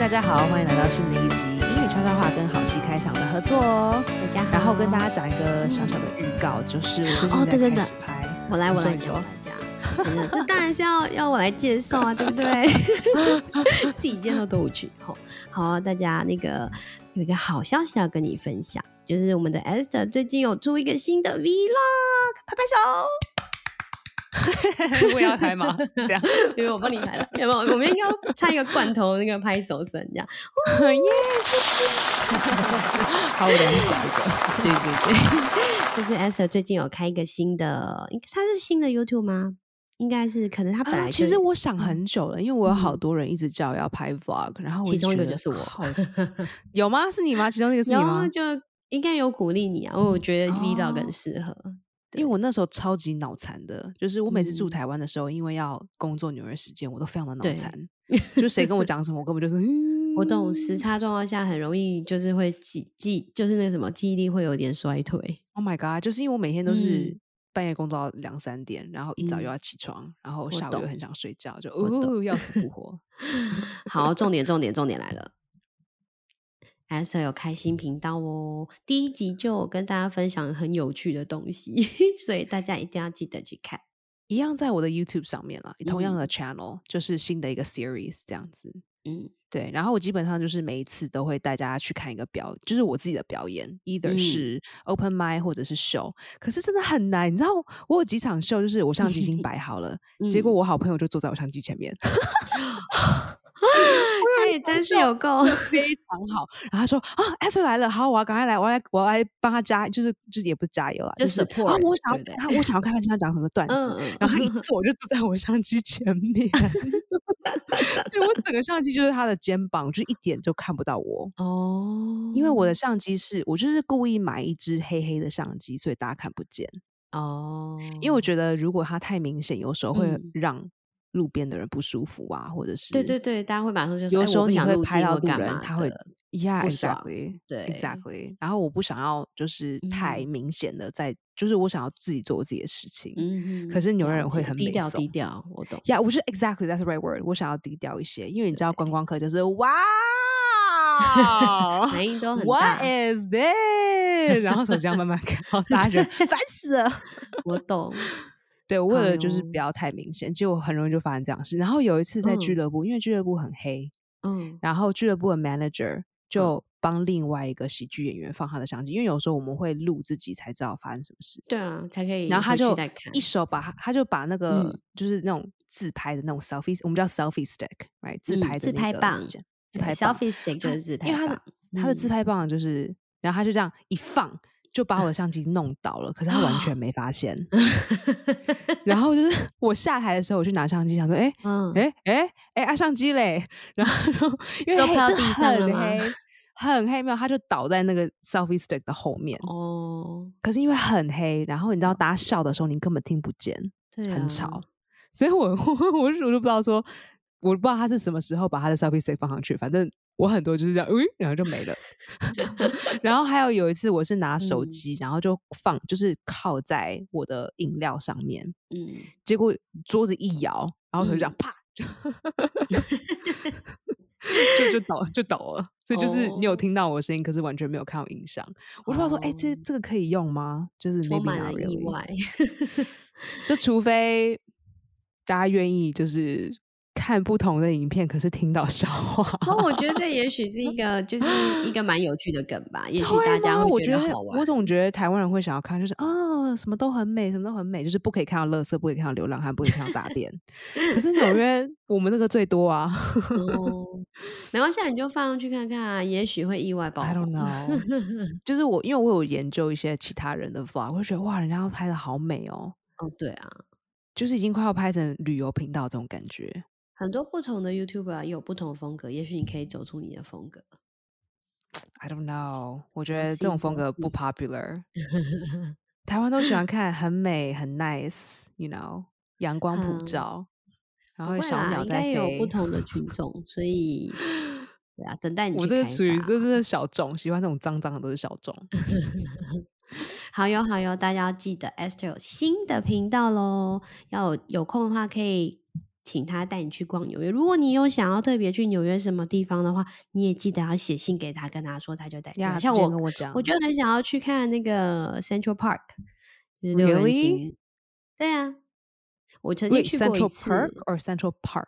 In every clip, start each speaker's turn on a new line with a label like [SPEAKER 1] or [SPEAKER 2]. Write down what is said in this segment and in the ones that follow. [SPEAKER 1] 大家好，欢迎来到新的一集英语悄悄话跟好戏开场的合作哦。
[SPEAKER 2] 大家好，
[SPEAKER 1] 然后跟大家讲一个小小的预告，就是我最
[SPEAKER 2] 哦对
[SPEAKER 1] 近在开
[SPEAKER 2] 对对
[SPEAKER 1] 始拍，
[SPEAKER 2] 我来，我来
[SPEAKER 1] 你说
[SPEAKER 2] 讲，我来讲。真的这当然是要要我来介绍啊，对不对？ 自己介绍多无趣。好，好啊，大家那个有一个好消息要跟你分享，就是我们的 Esther 最近有出一个新的 Vlog，拍拍手，
[SPEAKER 1] 我也要拍吗？这样，
[SPEAKER 2] 因为我帮你拍了，有 没有？我们应该要插一个罐头那个拍手声，这 样。哦
[SPEAKER 1] 好，我等你讲一个。
[SPEAKER 2] 对对对，就是 Esther 最近有开一个新的，应该它是新的 YouTube 吗？应该是，可能他本来
[SPEAKER 1] 啊
[SPEAKER 2] 就、
[SPEAKER 1] 其实我想很久了，因为我有
[SPEAKER 2] 嗯
[SPEAKER 1] 好多人一直叫我要拍 vlog，然后我
[SPEAKER 2] 其中一
[SPEAKER 1] 觉
[SPEAKER 2] 个
[SPEAKER 1] 得
[SPEAKER 2] 就是我
[SPEAKER 1] 好 啊有吗？是你吗？其中一个是你吗
[SPEAKER 2] 有？就应该有鼓励你啊，我觉得 Vlog
[SPEAKER 1] 哦
[SPEAKER 2] 更适合。
[SPEAKER 1] 因为我那时候超级脑残的，就是我每次住
[SPEAKER 2] 嗯
[SPEAKER 1] 台湾的时候，因为要工作纽约时间，我都非常的脑
[SPEAKER 2] 对
[SPEAKER 1] 残， 就谁跟我讲什么，我根本就是。嗯
[SPEAKER 2] 我懂时差状况下很容易就是会记记，就是那个什么记忆力会有点衰退。
[SPEAKER 1] Oh my god！就是因为我每天都是
[SPEAKER 2] 嗯
[SPEAKER 1] 半夜工作到两三点，然后一早又
[SPEAKER 2] 嗯
[SPEAKER 1] 要起床，然后
[SPEAKER 2] 我
[SPEAKER 1] 下午又
[SPEAKER 2] 懂
[SPEAKER 1] 很想睡觉，就
[SPEAKER 2] 我懂
[SPEAKER 1] 哦要死不活。
[SPEAKER 2] 好，重点重点重点来了。Esther 有开新频道哦，第一集就有跟大家分享很有趣的东西， 所以大家一定要记得去看。
[SPEAKER 1] 一样在我的 YouTube 上面啦，同样
[SPEAKER 2] 嗯
[SPEAKER 1] 的 channel，就是新的一个 series 这样子。
[SPEAKER 2] 嗯，
[SPEAKER 1] 对，然后我基本上就是每一次都会带大家去看一个表，就是我自己的表演，either
[SPEAKER 2] 嗯
[SPEAKER 1] 是 open mic 或者是 show。可是真的很难，你知道，我有几场秀，就是我相机已 经摆好了，结果
[SPEAKER 2] 嗯
[SPEAKER 1] 我好朋友就坐在我相机前面，
[SPEAKER 2] 他也哎真是有够，
[SPEAKER 1] 非常好。然后他说啊，S 来了，好，我要赶快来，我要来，我要来帮他加，就是就是也不是加油啦，
[SPEAKER 2] 就
[SPEAKER 1] 就是啊，
[SPEAKER 2] support，
[SPEAKER 1] 我想
[SPEAKER 2] 对不
[SPEAKER 1] 要
[SPEAKER 2] 对
[SPEAKER 1] 他，我想要看看他讲什么段
[SPEAKER 2] 嗯
[SPEAKER 1] 子。
[SPEAKER 2] 嗯
[SPEAKER 1] 然后他一坐就坐在我相机前面， 所以我整个相机就是他的肩膀，就一点就看不到 我。
[SPEAKER 2] 哦，
[SPEAKER 1] 因为我的相机是我就是故意买一支黑黑的相机，所以大家看不见。
[SPEAKER 2] 哦，
[SPEAKER 1] 因为我觉得如果它太明显，有时候会
[SPEAKER 2] 嗯
[SPEAKER 1] 让路边的人不舒服啊，或者是
[SPEAKER 2] 对对对，大家会马上就说，
[SPEAKER 1] 有
[SPEAKER 2] 哎
[SPEAKER 1] 时候
[SPEAKER 2] 我不
[SPEAKER 1] 你
[SPEAKER 2] 想
[SPEAKER 1] 会
[SPEAKER 2] 录
[SPEAKER 1] 拍
[SPEAKER 2] 镜
[SPEAKER 1] 到
[SPEAKER 2] 或
[SPEAKER 1] 路
[SPEAKER 2] 干
[SPEAKER 1] 人
[SPEAKER 2] 嘛
[SPEAKER 1] 他会
[SPEAKER 2] 的
[SPEAKER 1] Yeah,
[SPEAKER 2] 不爽
[SPEAKER 1] exactly,
[SPEAKER 2] 对
[SPEAKER 1] exactly。然后我不想要就是太
[SPEAKER 2] 嗯
[SPEAKER 1] 明显的在，就是我想要自己做我自己的事情。
[SPEAKER 2] 嗯哼，
[SPEAKER 1] 可是纽约
[SPEAKER 2] 了
[SPEAKER 1] 人会
[SPEAKER 2] 解
[SPEAKER 1] 很
[SPEAKER 2] 低
[SPEAKER 1] 北
[SPEAKER 2] 调
[SPEAKER 1] 宋
[SPEAKER 2] 低调，我懂。
[SPEAKER 1] 呀，我是 exactly that's the right word。我想要低调一些，因为你知道观光客 就是哇
[SPEAKER 2] 反应 都很
[SPEAKER 1] ，What
[SPEAKER 2] 大，
[SPEAKER 1] is this？然后手机要慢慢看，然后大家觉 得烦死了。
[SPEAKER 2] 我懂。
[SPEAKER 1] 对，我为了就是
[SPEAKER 2] 哎
[SPEAKER 1] 不
[SPEAKER 2] 呦
[SPEAKER 1] 要太明显，结果很容易就发生这样的事。然后有一次在俱
[SPEAKER 2] 嗯
[SPEAKER 1] 乐部，因为俱乐部很黑，
[SPEAKER 2] 嗯
[SPEAKER 1] 然后俱乐部的 manager 就帮另外一个喜剧演员放他的相机，因为有时候我们会录自己才知道发生什么事。
[SPEAKER 2] 对啊，才可以
[SPEAKER 1] 然后他
[SPEAKER 2] 回去
[SPEAKER 1] 就
[SPEAKER 2] 再看
[SPEAKER 1] 一手把他，他就把那个、
[SPEAKER 2] 嗯
[SPEAKER 1] 就是那种自拍的那种 selfie，我们叫 selfie stick，right？自
[SPEAKER 2] 嗯
[SPEAKER 1] 拍的、那
[SPEAKER 2] 自拍
[SPEAKER 1] 个
[SPEAKER 2] 棒
[SPEAKER 1] 这样自
[SPEAKER 2] 对
[SPEAKER 1] 拍棒，
[SPEAKER 2] selfie stick 就
[SPEAKER 1] 他
[SPEAKER 2] 是自
[SPEAKER 1] 因
[SPEAKER 2] 拍
[SPEAKER 1] 为他
[SPEAKER 2] 棒
[SPEAKER 1] 的，他的自
[SPEAKER 2] 嗯
[SPEAKER 1] 拍棒就是，然后他就这样一放，就把我的相机弄倒了，可是他完 全没发现。 然后就是 我下台的时候，我去拿相机，想说，哎、
[SPEAKER 2] 嗯，
[SPEAKER 1] 哎哎哎，啊相机嘞，然后因为
[SPEAKER 2] 都
[SPEAKER 1] 黑
[SPEAKER 2] 飘
[SPEAKER 1] 真
[SPEAKER 2] 地
[SPEAKER 1] 的
[SPEAKER 2] 上了
[SPEAKER 1] 很
[SPEAKER 2] 吗
[SPEAKER 1] 黑，很黑，没有，他就倒在那个 selfie stick 的后面。
[SPEAKER 2] 哦，
[SPEAKER 1] 可是因为很黑，然后你知道大家笑的时候，你根本听不见，
[SPEAKER 2] 对啊，
[SPEAKER 1] 很吵，所以我 我我就我就不知道说，我不知道他是什么时候把他的 selfie stick 放上去，反正。我很多就是这样， 嗯，然后就 没了。然后还有有一次，我是拿手
[SPEAKER 2] 嗯
[SPEAKER 1] 机，然后就放，就是靠在我的饮料上面，
[SPEAKER 2] 嗯，
[SPEAKER 1] 结果桌子一摇，然后他就这样
[SPEAKER 2] 嗯
[SPEAKER 1] 啪， 就就倒就倒了。所以就是你有
[SPEAKER 2] 哦
[SPEAKER 1] 听到我的声音，可是完全没有看到影像。我就不知道说，哎、这
[SPEAKER 2] 哦
[SPEAKER 1] 这个可以用吗？就是
[SPEAKER 2] 充
[SPEAKER 1] maybe
[SPEAKER 2] 满
[SPEAKER 1] not
[SPEAKER 2] 了意
[SPEAKER 1] really
[SPEAKER 2] 外，
[SPEAKER 1] 就除非大家愿意就是看不同的影片，可是听到笑话。
[SPEAKER 2] 不过我觉得这也许是一个，就是一个蛮有趣的梗吧，也许
[SPEAKER 1] 会
[SPEAKER 2] 大家
[SPEAKER 1] 吗我
[SPEAKER 2] 会
[SPEAKER 1] 觉
[SPEAKER 2] 得
[SPEAKER 1] 得
[SPEAKER 2] 好
[SPEAKER 1] 我
[SPEAKER 2] 玩。
[SPEAKER 1] 总觉得台湾人会想要看，就是啊、什么都很美，什么都很美，就是不可以看到垃圾，不可以看到流浪汉，不可以看到大便。可是纽约，我们那个最多啊。
[SPEAKER 2] 哦， 没关系啊，你就放上去看看啊，也许会意外爆
[SPEAKER 1] I
[SPEAKER 2] 红。
[SPEAKER 1] don't know，就是 我，因为我有研究一些其他人的 vlog，我就觉得哇，人家拍的好美哦，
[SPEAKER 2] 哦，对啊，
[SPEAKER 1] 就是已经快要拍成旅游频道这种感觉。
[SPEAKER 2] 很多不同的 YouTuber 也有不同的风格，也许你可以走出你的风格。
[SPEAKER 1] I don't know，我觉
[SPEAKER 2] 我
[SPEAKER 1] 得这种
[SPEAKER 2] 信
[SPEAKER 1] 风
[SPEAKER 2] 我
[SPEAKER 1] 格不
[SPEAKER 2] 信
[SPEAKER 1] popular，台湾都喜欢看很美、很 nice，you know，阳光普
[SPEAKER 2] 嗯
[SPEAKER 1] 照，然
[SPEAKER 2] 不
[SPEAKER 1] 后
[SPEAKER 2] 会
[SPEAKER 1] 小
[SPEAKER 2] 啦，
[SPEAKER 1] 鸟
[SPEAKER 2] 应
[SPEAKER 1] 在
[SPEAKER 2] 该有不
[SPEAKER 1] 飞。
[SPEAKER 2] 同的群众，所 以对啊，等待你
[SPEAKER 1] 我
[SPEAKER 2] 去
[SPEAKER 1] 这个
[SPEAKER 2] 开
[SPEAKER 1] 属于
[SPEAKER 2] 发。
[SPEAKER 1] 这是小众，喜欢这种脏脏的都是小 众。
[SPEAKER 2] 好哟好哟，大家要记得 Esther 有新的频道喽，要有有空的话可以请他带你去逛纽约。如果你有想要特别去纽约什么地方的话，你也记得要写信给他，跟他说，他就带你
[SPEAKER 1] 呀
[SPEAKER 2] 去。像
[SPEAKER 1] 之前
[SPEAKER 2] 我
[SPEAKER 1] 跟我讲
[SPEAKER 2] 我就很想要去看那个 Central Park，就是六人
[SPEAKER 1] Really？
[SPEAKER 2] 行。对啊，我曾经
[SPEAKER 1] Wait,
[SPEAKER 2] 去过一
[SPEAKER 1] Central
[SPEAKER 2] 次
[SPEAKER 1] Park or Central Park？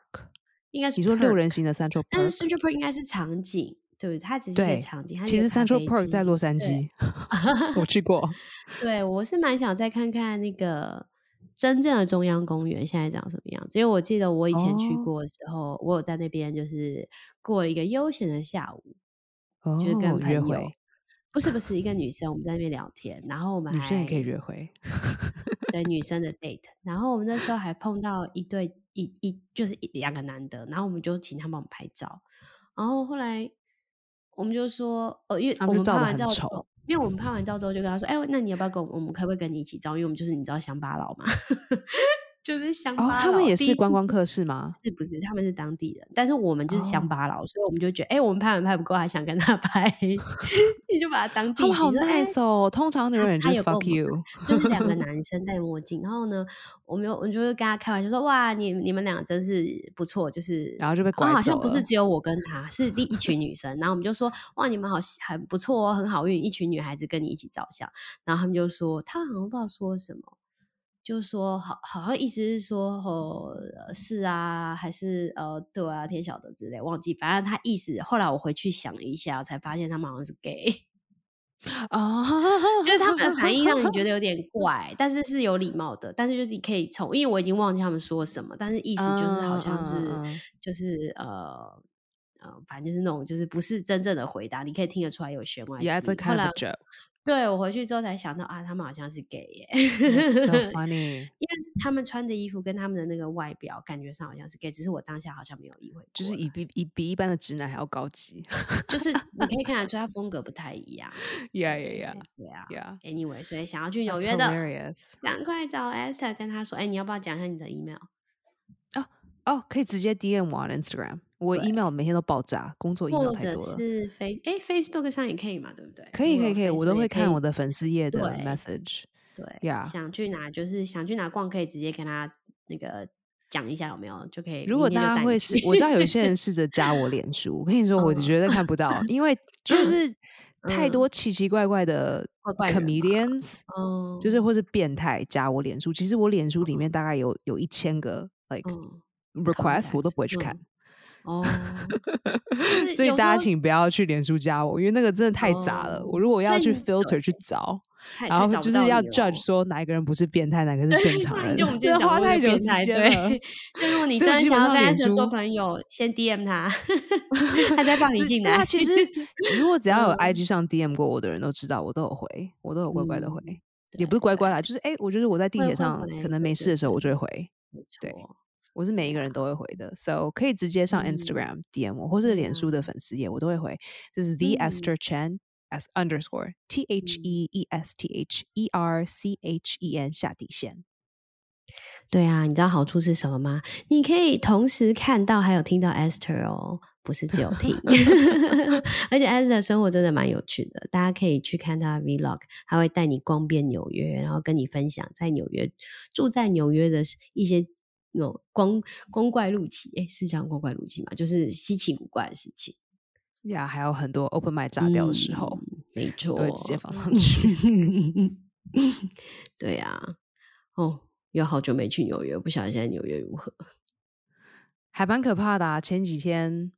[SPEAKER 2] 应该是
[SPEAKER 1] 你说六
[SPEAKER 2] Park
[SPEAKER 1] 人行的 Central
[SPEAKER 2] 但是
[SPEAKER 1] Park，
[SPEAKER 2] Central Park 应该是场景，对，它只是一个
[SPEAKER 1] 嗯对
[SPEAKER 2] 场景。它是
[SPEAKER 1] 其
[SPEAKER 2] 一个
[SPEAKER 1] 实
[SPEAKER 2] 咖
[SPEAKER 1] Central
[SPEAKER 2] 啡
[SPEAKER 1] Park 在
[SPEAKER 2] 厅
[SPEAKER 1] 洛杉矶， 我去 过。
[SPEAKER 2] 对，我是蛮想再看看那个真正的中央公园现在长什么样子，因为我记得我以前去
[SPEAKER 1] 哦
[SPEAKER 2] 过的时候，我有在那边就是过了一个悠闲的下午，
[SPEAKER 1] 哦
[SPEAKER 2] 就是跟，
[SPEAKER 1] 约
[SPEAKER 2] 朋友，
[SPEAKER 1] 会，
[SPEAKER 2] 不是不是一个女生，我们在那边聊天，然后我们
[SPEAKER 1] 女生也可以
[SPEAKER 2] 还
[SPEAKER 1] 约会。
[SPEAKER 2] 对女生的 date，然后我们那时候还碰到一对一一就是一两个男的，然后我们就请他帮我们拍照，然后后来我们就说，呃，因为
[SPEAKER 1] 他
[SPEAKER 2] 我
[SPEAKER 1] 们就照
[SPEAKER 2] 们拍
[SPEAKER 1] 得
[SPEAKER 2] 完
[SPEAKER 1] 很
[SPEAKER 2] 照之
[SPEAKER 1] 丑
[SPEAKER 2] 后，因为我们拍完照之后就跟他说，哎，那你要不要跟我们，我们可不可以跟你一起照？因为我们就是你知道乡巴佬嘛， 就是乡巴
[SPEAKER 1] 哦，
[SPEAKER 2] 佬，
[SPEAKER 1] 他们也
[SPEAKER 2] 第
[SPEAKER 1] 是
[SPEAKER 2] 一
[SPEAKER 1] 观
[SPEAKER 2] 次
[SPEAKER 1] 光
[SPEAKER 2] 去
[SPEAKER 1] 客是吗？
[SPEAKER 2] 是不是？他们是当地人，但是我们就是乡
[SPEAKER 1] 哦
[SPEAKER 2] 巴佬，所以我们就觉得，哎、我们拍完拍不够，还想跟他 拍，你就把他当地
[SPEAKER 1] 他们
[SPEAKER 2] 籍
[SPEAKER 1] 好
[SPEAKER 2] 说哎
[SPEAKER 1] nice 哦。通常的
[SPEAKER 2] 他
[SPEAKER 1] 人就
[SPEAKER 2] 他
[SPEAKER 1] 是
[SPEAKER 2] 有跟我
[SPEAKER 1] fuck
[SPEAKER 2] 们
[SPEAKER 1] you，
[SPEAKER 2] 就是两 个男生戴墨镜，然后呢，我们有我就是跟他开玩笑说，哇，你你们俩真是不错，就是
[SPEAKER 1] 然后就被拐
[SPEAKER 2] 啊，好像
[SPEAKER 1] 走
[SPEAKER 2] 不是
[SPEAKER 1] 了
[SPEAKER 2] 只有我跟他，是另一群女生，然后我们就说，哇，你们好很不错哦，很好运，一群女孩子跟你一起照相，然后他们就说，他好像不知道说什么。就说好，好像意思是说哦，呃是啊，还是呃，对啊，天晓得之类，忘记，反正他意思。后来我回去想了一下，我才发现他们好像是 gay。
[SPEAKER 1] 啊，
[SPEAKER 2] 就是他们的反应让你觉得有点 怪，但是是有礼貌的，但是就是你可以从，因为我已经忘记他们说什么，但是意思就是好像是、
[SPEAKER 1] 嗯嗯嗯
[SPEAKER 2] 就是呃呃，反正就是那种就是不是真正的回答，你可以听得出来有弦 外
[SPEAKER 1] Yeah, it's
[SPEAKER 2] 之
[SPEAKER 1] a
[SPEAKER 2] 音。后
[SPEAKER 1] kind of
[SPEAKER 2] 来
[SPEAKER 1] a joke.
[SPEAKER 2] 对我回去之后才想到啊，他们好像是 gay 耶、
[SPEAKER 1] That's so funny.
[SPEAKER 2] 因为他们穿的衣服跟他们的那个外表感觉上好像是 gay，只是我当下好像没有意会过，
[SPEAKER 1] 就是以比以比一般的直男还要高级。
[SPEAKER 2] 就是你可以看得出他风格不太一样。
[SPEAKER 1] yeah,
[SPEAKER 2] 对
[SPEAKER 1] yeah,
[SPEAKER 2] 对啊
[SPEAKER 1] yeah, yeah.
[SPEAKER 2] ，anyway，所以想要去
[SPEAKER 1] That's
[SPEAKER 2] 纽约的。
[SPEAKER 1] hilarious.
[SPEAKER 2] 赶快找 Esther 跟他说，哎、你要不要讲一下你的 email？
[SPEAKER 1] 哦，可以直接 DM 我啊 Instagram。我
[SPEAKER 2] 对
[SPEAKER 1] email 每天都爆炸，工作 email
[SPEAKER 2] 或
[SPEAKER 1] 太
[SPEAKER 2] 者
[SPEAKER 1] 多了。
[SPEAKER 2] 是 Face 哎、Facebook 上也可以嘛，对不对？
[SPEAKER 1] 可以，
[SPEAKER 2] 如
[SPEAKER 1] 可
[SPEAKER 2] 果
[SPEAKER 1] 以，可
[SPEAKER 2] 有
[SPEAKER 1] 以，我都
[SPEAKER 2] Facebook 也
[SPEAKER 1] 会
[SPEAKER 2] 可
[SPEAKER 1] 看
[SPEAKER 2] 以
[SPEAKER 1] 我的粉丝页的
[SPEAKER 2] 对
[SPEAKER 1] message。
[SPEAKER 2] 对
[SPEAKER 1] Yeah
[SPEAKER 2] 想去哪就是想去哪逛，可以直接跟他那个讲一下有没有，就可以。
[SPEAKER 1] 如果
[SPEAKER 2] 明天就
[SPEAKER 1] 大
[SPEAKER 2] 带
[SPEAKER 1] 家
[SPEAKER 2] 你
[SPEAKER 1] 会
[SPEAKER 2] 去
[SPEAKER 1] 试，我知道有一 些人试着加我脸书，我跟你说，我
[SPEAKER 2] 嗯
[SPEAKER 1] 觉得看不到，因为 就是太
[SPEAKER 2] 嗯
[SPEAKER 1] 多奇奇怪怪的
[SPEAKER 2] 怪怪人嘛
[SPEAKER 1] comedians，
[SPEAKER 2] 嗯，
[SPEAKER 1] 就是或是变态加我脸书。其实我脸书里面大概有有一千个 like
[SPEAKER 2] 嗯
[SPEAKER 1] request，我都不会去看。
[SPEAKER 2] 哦，就是
[SPEAKER 1] 所以
[SPEAKER 2] 有时
[SPEAKER 1] 大家
[SPEAKER 2] 候
[SPEAKER 1] 请不要去脸书加我，因为那个真的太杂了。我
[SPEAKER 2] 哦
[SPEAKER 1] 如果要
[SPEAKER 2] 所以
[SPEAKER 1] 去
[SPEAKER 2] 你
[SPEAKER 1] filter 去
[SPEAKER 2] 对
[SPEAKER 1] 找，
[SPEAKER 2] 太
[SPEAKER 1] 然后
[SPEAKER 2] 太找
[SPEAKER 1] 就
[SPEAKER 2] 不
[SPEAKER 1] 是
[SPEAKER 2] 到
[SPEAKER 1] 要
[SPEAKER 2] 你
[SPEAKER 1] judge
[SPEAKER 2] 哦
[SPEAKER 1] 说哪一个人不是变态，哪 个是
[SPEAKER 2] 对，
[SPEAKER 1] 正常
[SPEAKER 2] 像
[SPEAKER 1] 人
[SPEAKER 2] 你 就我们，之
[SPEAKER 1] 真的
[SPEAKER 2] 前讲
[SPEAKER 1] 花
[SPEAKER 2] 过一
[SPEAKER 1] 太
[SPEAKER 2] 个
[SPEAKER 1] 久
[SPEAKER 2] 变
[SPEAKER 1] 时
[SPEAKER 2] 态，
[SPEAKER 1] 间了
[SPEAKER 2] 对。。所以如果你
[SPEAKER 1] 所
[SPEAKER 2] 真
[SPEAKER 1] 以我基本
[SPEAKER 2] 的想要
[SPEAKER 1] 上
[SPEAKER 2] 跟
[SPEAKER 1] 脸
[SPEAKER 2] Esther 做
[SPEAKER 1] 书
[SPEAKER 2] 朋友，先 DM 他， 他再放你
[SPEAKER 1] 只
[SPEAKER 2] 进
[SPEAKER 1] 对
[SPEAKER 2] 来。
[SPEAKER 1] 啊，其 实如果只要有
[SPEAKER 2] 嗯
[SPEAKER 1] IG 上 DM 过我的人都知道，我都有回，我都有乖乖的回，
[SPEAKER 2] 嗯，
[SPEAKER 1] 也
[SPEAKER 2] 对
[SPEAKER 1] 不是乖
[SPEAKER 2] 对，
[SPEAKER 1] 乖啦，就是哎、我就是我在地
[SPEAKER 2] 会
[SPEAKER 1] 铁
[SPEAKER 2] 会
[SPEAKER 1] 上
[SPEAKER 2] 回，
[SPEAKER 1] 可能
[SPEAKER 2] 对
[SPEAKER 1] 没事
[SPEAKER 2] 对
[SPEAKER 1] 的时候，我
[SPEAKER 2] 对，
[SPEAKER 1] 就会回。
[SPEAKER 2] 没
[SPEAKER 1] 对
[SPEAKER 2] 错，
[SPEAKER 1] 我是每一
[SPEAKER 2] 对
[SPEAKER 1] 个
[SPEAKER 2] 啊，
[SPEAKER 1] 人都会回的，so 可以直接上
[SPEAKER 2] 嗯
[SPEAKER 1] Instagram DM 我，或是
[SPEAKER 2] 对
[SPEAKER 1] 脸
[SPEAKER 2] 啊，
[SPEAKER 1] 书的粉丝页，我都会回。这是 The
[SPEAKER 2] 嗯
[SPEAKER 1] Esther Chen as underscore T H
[SPEAKER 2] 嗯，
[SPEAKER 1] E E S T H E R C H E N 下底线。
[SPEAKER 2] 对啊，你知道好处是什么吗？你可以同时看到还有听到 Esther 哦，不是只有 听，而且 Esther 的生活真的蛮有趣的，大家可以去看她的 Vlog，她会带你逛遍纽约，然后跟你分享在纽约住在纽约的一些。那种光光怪陆奇，哎，是讲光怪陆奇嘛？就是稀奇古怪的事情。
[SPEAKER 1] 呀、还有很多 open mic 炸掉的时候，
[SPEAKER 2] 嗯，没
[SPEAKER 1] 都会直接
[SPEAKER 2] 错，
[SPEAKER 1] 放上去。
[SPEAKER 2] 对啊，哦，有好久没去纽约，不晓得现在纽约如何。
[SPEAKER 1] 还蛮可怕的、啊。前几天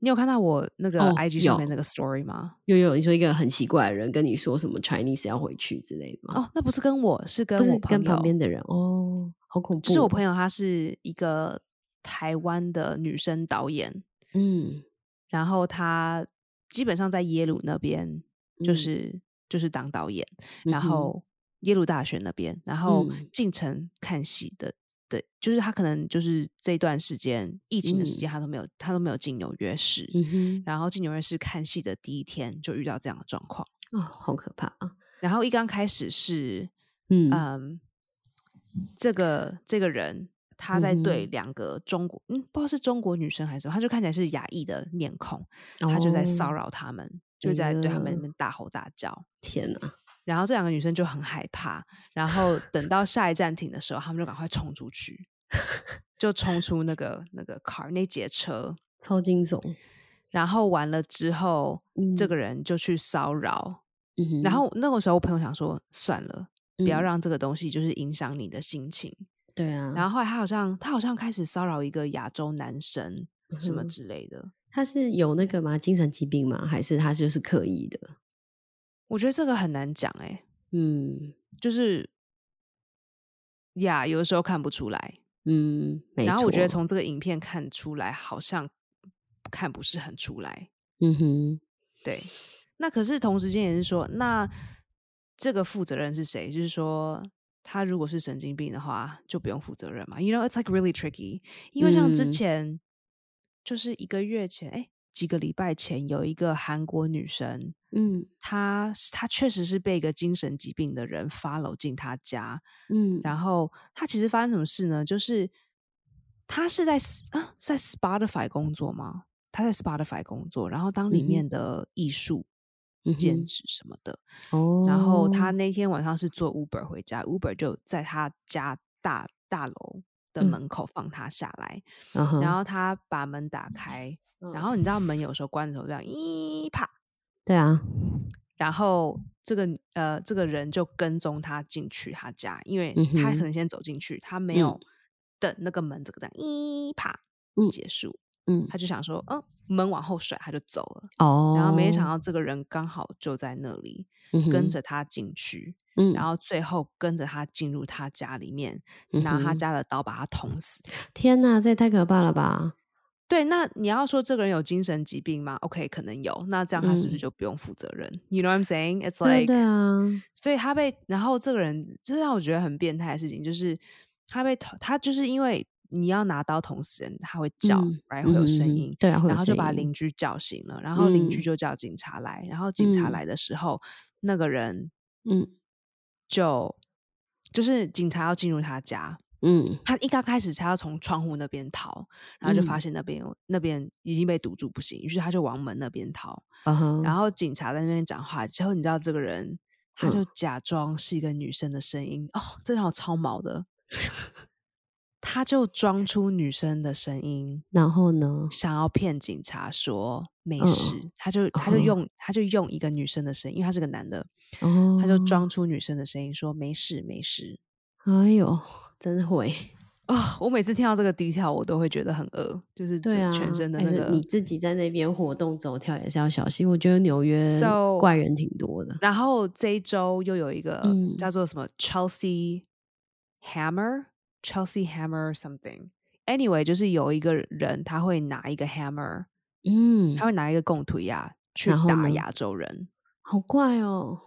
[SPEAKER 1] 你有看到我那个
[SPEAKER 2] 哦
[SPEAKER 1] IG 上面那
[SPEAKER 2] 有
[SPEAKER 1] 个 story 吗？
[SPEAKER 2] 又有你说一个很奇怪的人跟你说什么 Chinese 要回去之类的吗？
[SPEAKER 1] 哦，那不是跟我，是跟
[SPEAKER 2] 啊不
[SPEAKER 1] 我
[SPEAKER 2] 是
[SPEAKER 1] 朋
[SPEAKER 2] 跟旁
[SPEAKER 1] 友，
[SPEAKER 2] 边的人哦，好恐
[SPEAKER 1] 就是我
[SPEAKER 2] 怖。
[SPEAKER 1] 朋友，她是一个台湾的女生导演，
[SPEAKER 2] 嗯
[SPEAKER 1] 然后她基本上在耶鲁那边就
[SPEAKER 2] 嗯
[SPEAKER 1] 是、就是当导演，
[SPEAKER 2] 嗯
[SPEAKER 1] 然
[SPEAKER 2] 哼
[SPEAKER 1] 后耶鲁大学那边，然后
[SPEAKER 2] 嗯
[SPEAKER 1] 进城看戏的。的，就是她可能就是这段时间疫情的时间，
[SPEAKER 2] 嗯
[SPEAKER 1] 她都没有，她都没有进纽约市。
[SPEAKER 2] 嗯哼，
[SPEAKER 1] 然后进纽约市看戏的第一天就遇到这样的状况。
[SPEAKER 2] 哦，好可怕啊！
[SPEAKER 1] 然后一刚开始是，
[SPEAKER 2] 嗯
[SPEAKER 1] 嗯，这个这个人他在对
[SPEAKER 2] 嗯
[SPEAKER 1] 两个中国，嗯，不知道是中国女生还是什么，他就看起来是亚裔的面孔，
[SPEAKER 2] 哼，
[SPEAKER 1] 他就在
[SPEAKER 2] 哦，
[SPEAKER 1] 骚扰他们，就
[SPEAKER 2] 哎
[SPEAKER 1] 在对他们那
[SPEAKER 2] 呀，
[SPEAKER 1] 边大吼大叫。
[SPEAKER 2] 天哪！
[SPEAKER 1] 然后这两个女生 就很害怕，然后等到下一站停的时候，他们就赶快冲出去，就冲出那个那个 car 那节车，
[SPEAKER 2] 超惊悚。
[SPEAKER 1] 然后完了之后，这个
[SPEAKER 2] 嗯
[SPEAKER 1] 人就去骚扰。
[SPEAKER 2] 嗯哼
[SPEAKER 1] 然后那个时候，我朋友想说，算了，不要
[SPEAKER 2] 嗯
[SPEAKER 1] 让这个东西就是影响你的心情。
[SPEAKER 2] 对啊，
[SPEAKER 1] 然后后来他好像他好像开始骚扰一个亚洲男生什么
[SPEAKER 2] 嗯哼
[SPEAKER 1] 之类的。
[SPEAKER 2] 他是有那个吗？精神疾病吗？还是他就是刻意的？
[SPEAKER 1] 我觉得这个很难讲哎、
[SPEAKER 2] 嗯
[SPEAKER 1] 就是呀，有的时候看不出来。
[SPEAKER 2] 嗯，没错。
[SPEAKER 1] 然后我觉得从这个影片看出来，好像看不是很出来。
[SPEAKER 2] 嗯哼，
[SPEAKER 1] 对，那可是同时间也是说，那这个负责任是谁？就是说，他如果是神经病的话，就不用负责任嘛。You know, it's like really tricky。因为像之
[SPEAKER 2] 嗯
[SPEAKER 1] 前，就是一个月前，哎，几个礼拜前，有一个韩国女生，
[SPEAKER 2] 嗯
[SPEAKER 1] 她是她确实是被一个精神疾病的人 follow 进她家，
[SPEAKER 2] 嗯，
[SPEAKER 1] 然后她其实发生什么事呢？就是她是在 S- 啊，在 Spotify 工作吗？她在 Spotify 工作，然后当里
[SPEAKER 2] 嗯哼
[SPEAKER 1] 面的艺术
[SPEAKER 2] 嗯
[SPEAKER 1] 兼
[SPEAKER 2] 哼
[SPEAKER 1] 职什么的。
[SPEAKER 2] 哦，
[SPEAKER 1] 然后他那天晚上是坐 Uber 回家，Uber 就在他家大大楼的
[SPEAKER 2] 嗯
[SPEAKER 1] 门口放他下来，
[SPEAKER 2] 嗯哼，
[SPEAKER 1] 然后他把门打开，
[SPEAKER 2] 嗯
[SPEAKER 1] 然后你知道门有时候关的时候这样一啪，
[SPEAKER 2] 对啊，
[SPEAKER 1] 然后这个呃这个人就跟踪他进去他家，因为他
[SPEAKER 2] 嗯
[SPEAKER 1] 可
[SPEAKER 2] 哼
[SPEAKER 1] 能先走进去，他没
[SPEAKER 2] 嗯
[SPEAKER 1] 有等那个门这个这样一啪
[SPEAKER 2] 嗯
[SPEAKER 1] 结束，
[SPEAKER 2] 嗯，
[SPEAKER 1] 他就想说嗯门往后甩他就走了，
[SPEAKER 2] 哦，
[SPEAKER 1] 然后没想到这个人刚好就在那里
[SPEAKER 2] 嗯
[SPEAKER 1] 跟
[SPEAKER 2] 哼
[SPEAKER 1] 着他进去。
[SPEAKER 2] 嗯，
[SPEAKER 1] 然后最后跟着他进入他家里面，
[SPEAKER 2] 嗯
[SPEAKER 1] 拿他
[SPEAKER 2] 哼
[SPEAKER 1] 家的刀把他捅死。
[SPEAKER 2] 天哪，这也太可怕了吧？
[SPEAKER 1] 对，那你要说这个人有精神疾病吗？OK，可能有。那这样他是不是
[SPEAKER 2] 嗯
[SPEAKER 1] 就不用负责任、y o u know what I'm saying? It's
[SPEAKER 2] 对
[SPEAKER 1] like，
[SPEAKER 2] 啊对啊，
[SPEAKER 1] 所以他被，然后这个人，这让我觉得很变态的事情，就是他被捅，他就是因为你要拿刀捅死人，他会叫，
[SPEAKER 2] 嗯
[SPEAKER 1] 然、后
[SPEAKER 2] 嗯
[SPEAKER 1] 会有
[SPEAKER 2] 哼
[SPEAKER 1] 声
[SPEAKER 2] 嗯哼
[SPEAKER 1] 音，
[SPEAKER 2] 对啊，会有
[SPEAKER 1] 然后就
[SPEAKER 2] 声
[SPEAKER 1] 把
[SPEAKER 2] 音
[SPEAKER 1] 邻居叫醒了，然后邻居
[SPEAKER 2] 嗯
[SPEAKER 1] 就叫警察来，然后警察
[SPEAKER 2] 嗯
[SPEAKER 1] 来的时候，那个人
[SPEAKER 2] 嗯
[SPEAKER 1] 就就是警察要进入他家，
[SPEAKER 2] 嗯
[SPEAKER 1] 他一刚开始才要从窗户那边逃，然后就发
[SPEAKER 2] 嗯
[SPEAKER 1] 现那边有那边已经被堵住不行，于是他就往门那边逃。
[SPEAKER 2] 啊哈，
[SPEAKER 1] 然后警察在那边讲话之后，你知道这个人他
[SPEAKER 2] 嗯
[SPEAKER 1] 就假装是一个女生的声音、哦，这让我超毛的。他就装出女生的声音，
[SPEAKER 2] 然后呢？
[SPEAKER 1] 想要骗警察说没
[SPEAKER 2] 嗯
[SPEAKER 1] 事，他就他就
[SPEAKER 2] 嗯哼
[SPEAKER 1] 用他就用一个女生的声音，因为他是个男的，
[SPEAKER 2] 哦，
[SPEAKER 1] 他就，装出女生的声音说没事没事。
[SPEAKER 2] 哎呦，真会，
[SPEAKER 1] 啊、我每次听到这个低跳，我都会觉得很饿，就是
[SPEAKER 2] 对
[SPEAKER 1] 整
[SPEAKER 2] 啊，
[SPEAKER 1] 全身的
[SPEAKER 2] 哎
[SPEAKER 1] 那个。
[SPEAKER 2] 你自己在那边活动走跳也是要小心。我觉得纽约
[SPEAKER 1] So-
[SPEAKER 2] 怪人挺多的，
[SPEAKER 1] 然后这一周又有一个、
[SPEAKER 2] 嗯
[SPEAKER 1] 叫做什么 Chelsea Hammer Chelsea Hammer something。Anyway，就是有一个人他会拿一个 hammer，
[SPEAKER 2] 嗯
[SPEAKER 1] 他，会拿一个贡土亚去
[SPEAKER 2] 然后
[SPEAKER 1] 打
[SPEAKER 2] 呢
[SPEAKER 1] 亚洲人。
[SPEAKER 2] 好怪哦，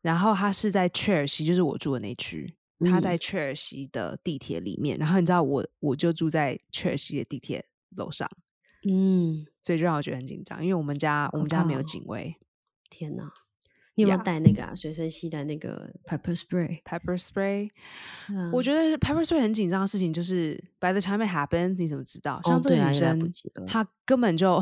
[SPEAKER 1] 然后他是在切尔西，就是我住的那区。他
[SPEAKER 2] 嗯
[SPEAKER 1] 在切尔西的地铁里面，然后你知道我我就住在切尔西的地铁楼上，
[SPEAKER 2] 嗯，
[SPEAKER 1] 所以就让我觉得很紧张，因为我们家我
[SPEAKER 2] 好
[SPEAKER 1] 们家
[SPEAKER 2] 怕
[SPEAKER 1] 没有
[SPEAKER 2] 哦
[SPEAKER 1] 警卫
[SPEAKER 2] 天哪！你有没有
[SPEAKER 1] Yeah
[SPEAKER 2] 带那个啊？随身携带那个 pepper spray？啊
[SPEAKER 1] ，pepper spray，我
[SPEAKER 2] 得
[SPEAKER 1] 觉得 Pepper Spray 很紧张的事情就是 by the time it happens，你怎么知道？像
[SPEAKER 2] 哦
[SPEAKER 1] 这个
[SPEAKER 2] 对啊
[SPEAKER 1] 女
[SPEAKER 2] 也来
[SPEAKER 1] 生，
[SPEAKER 2] 不及了
[SPEAKER 1] 她根本就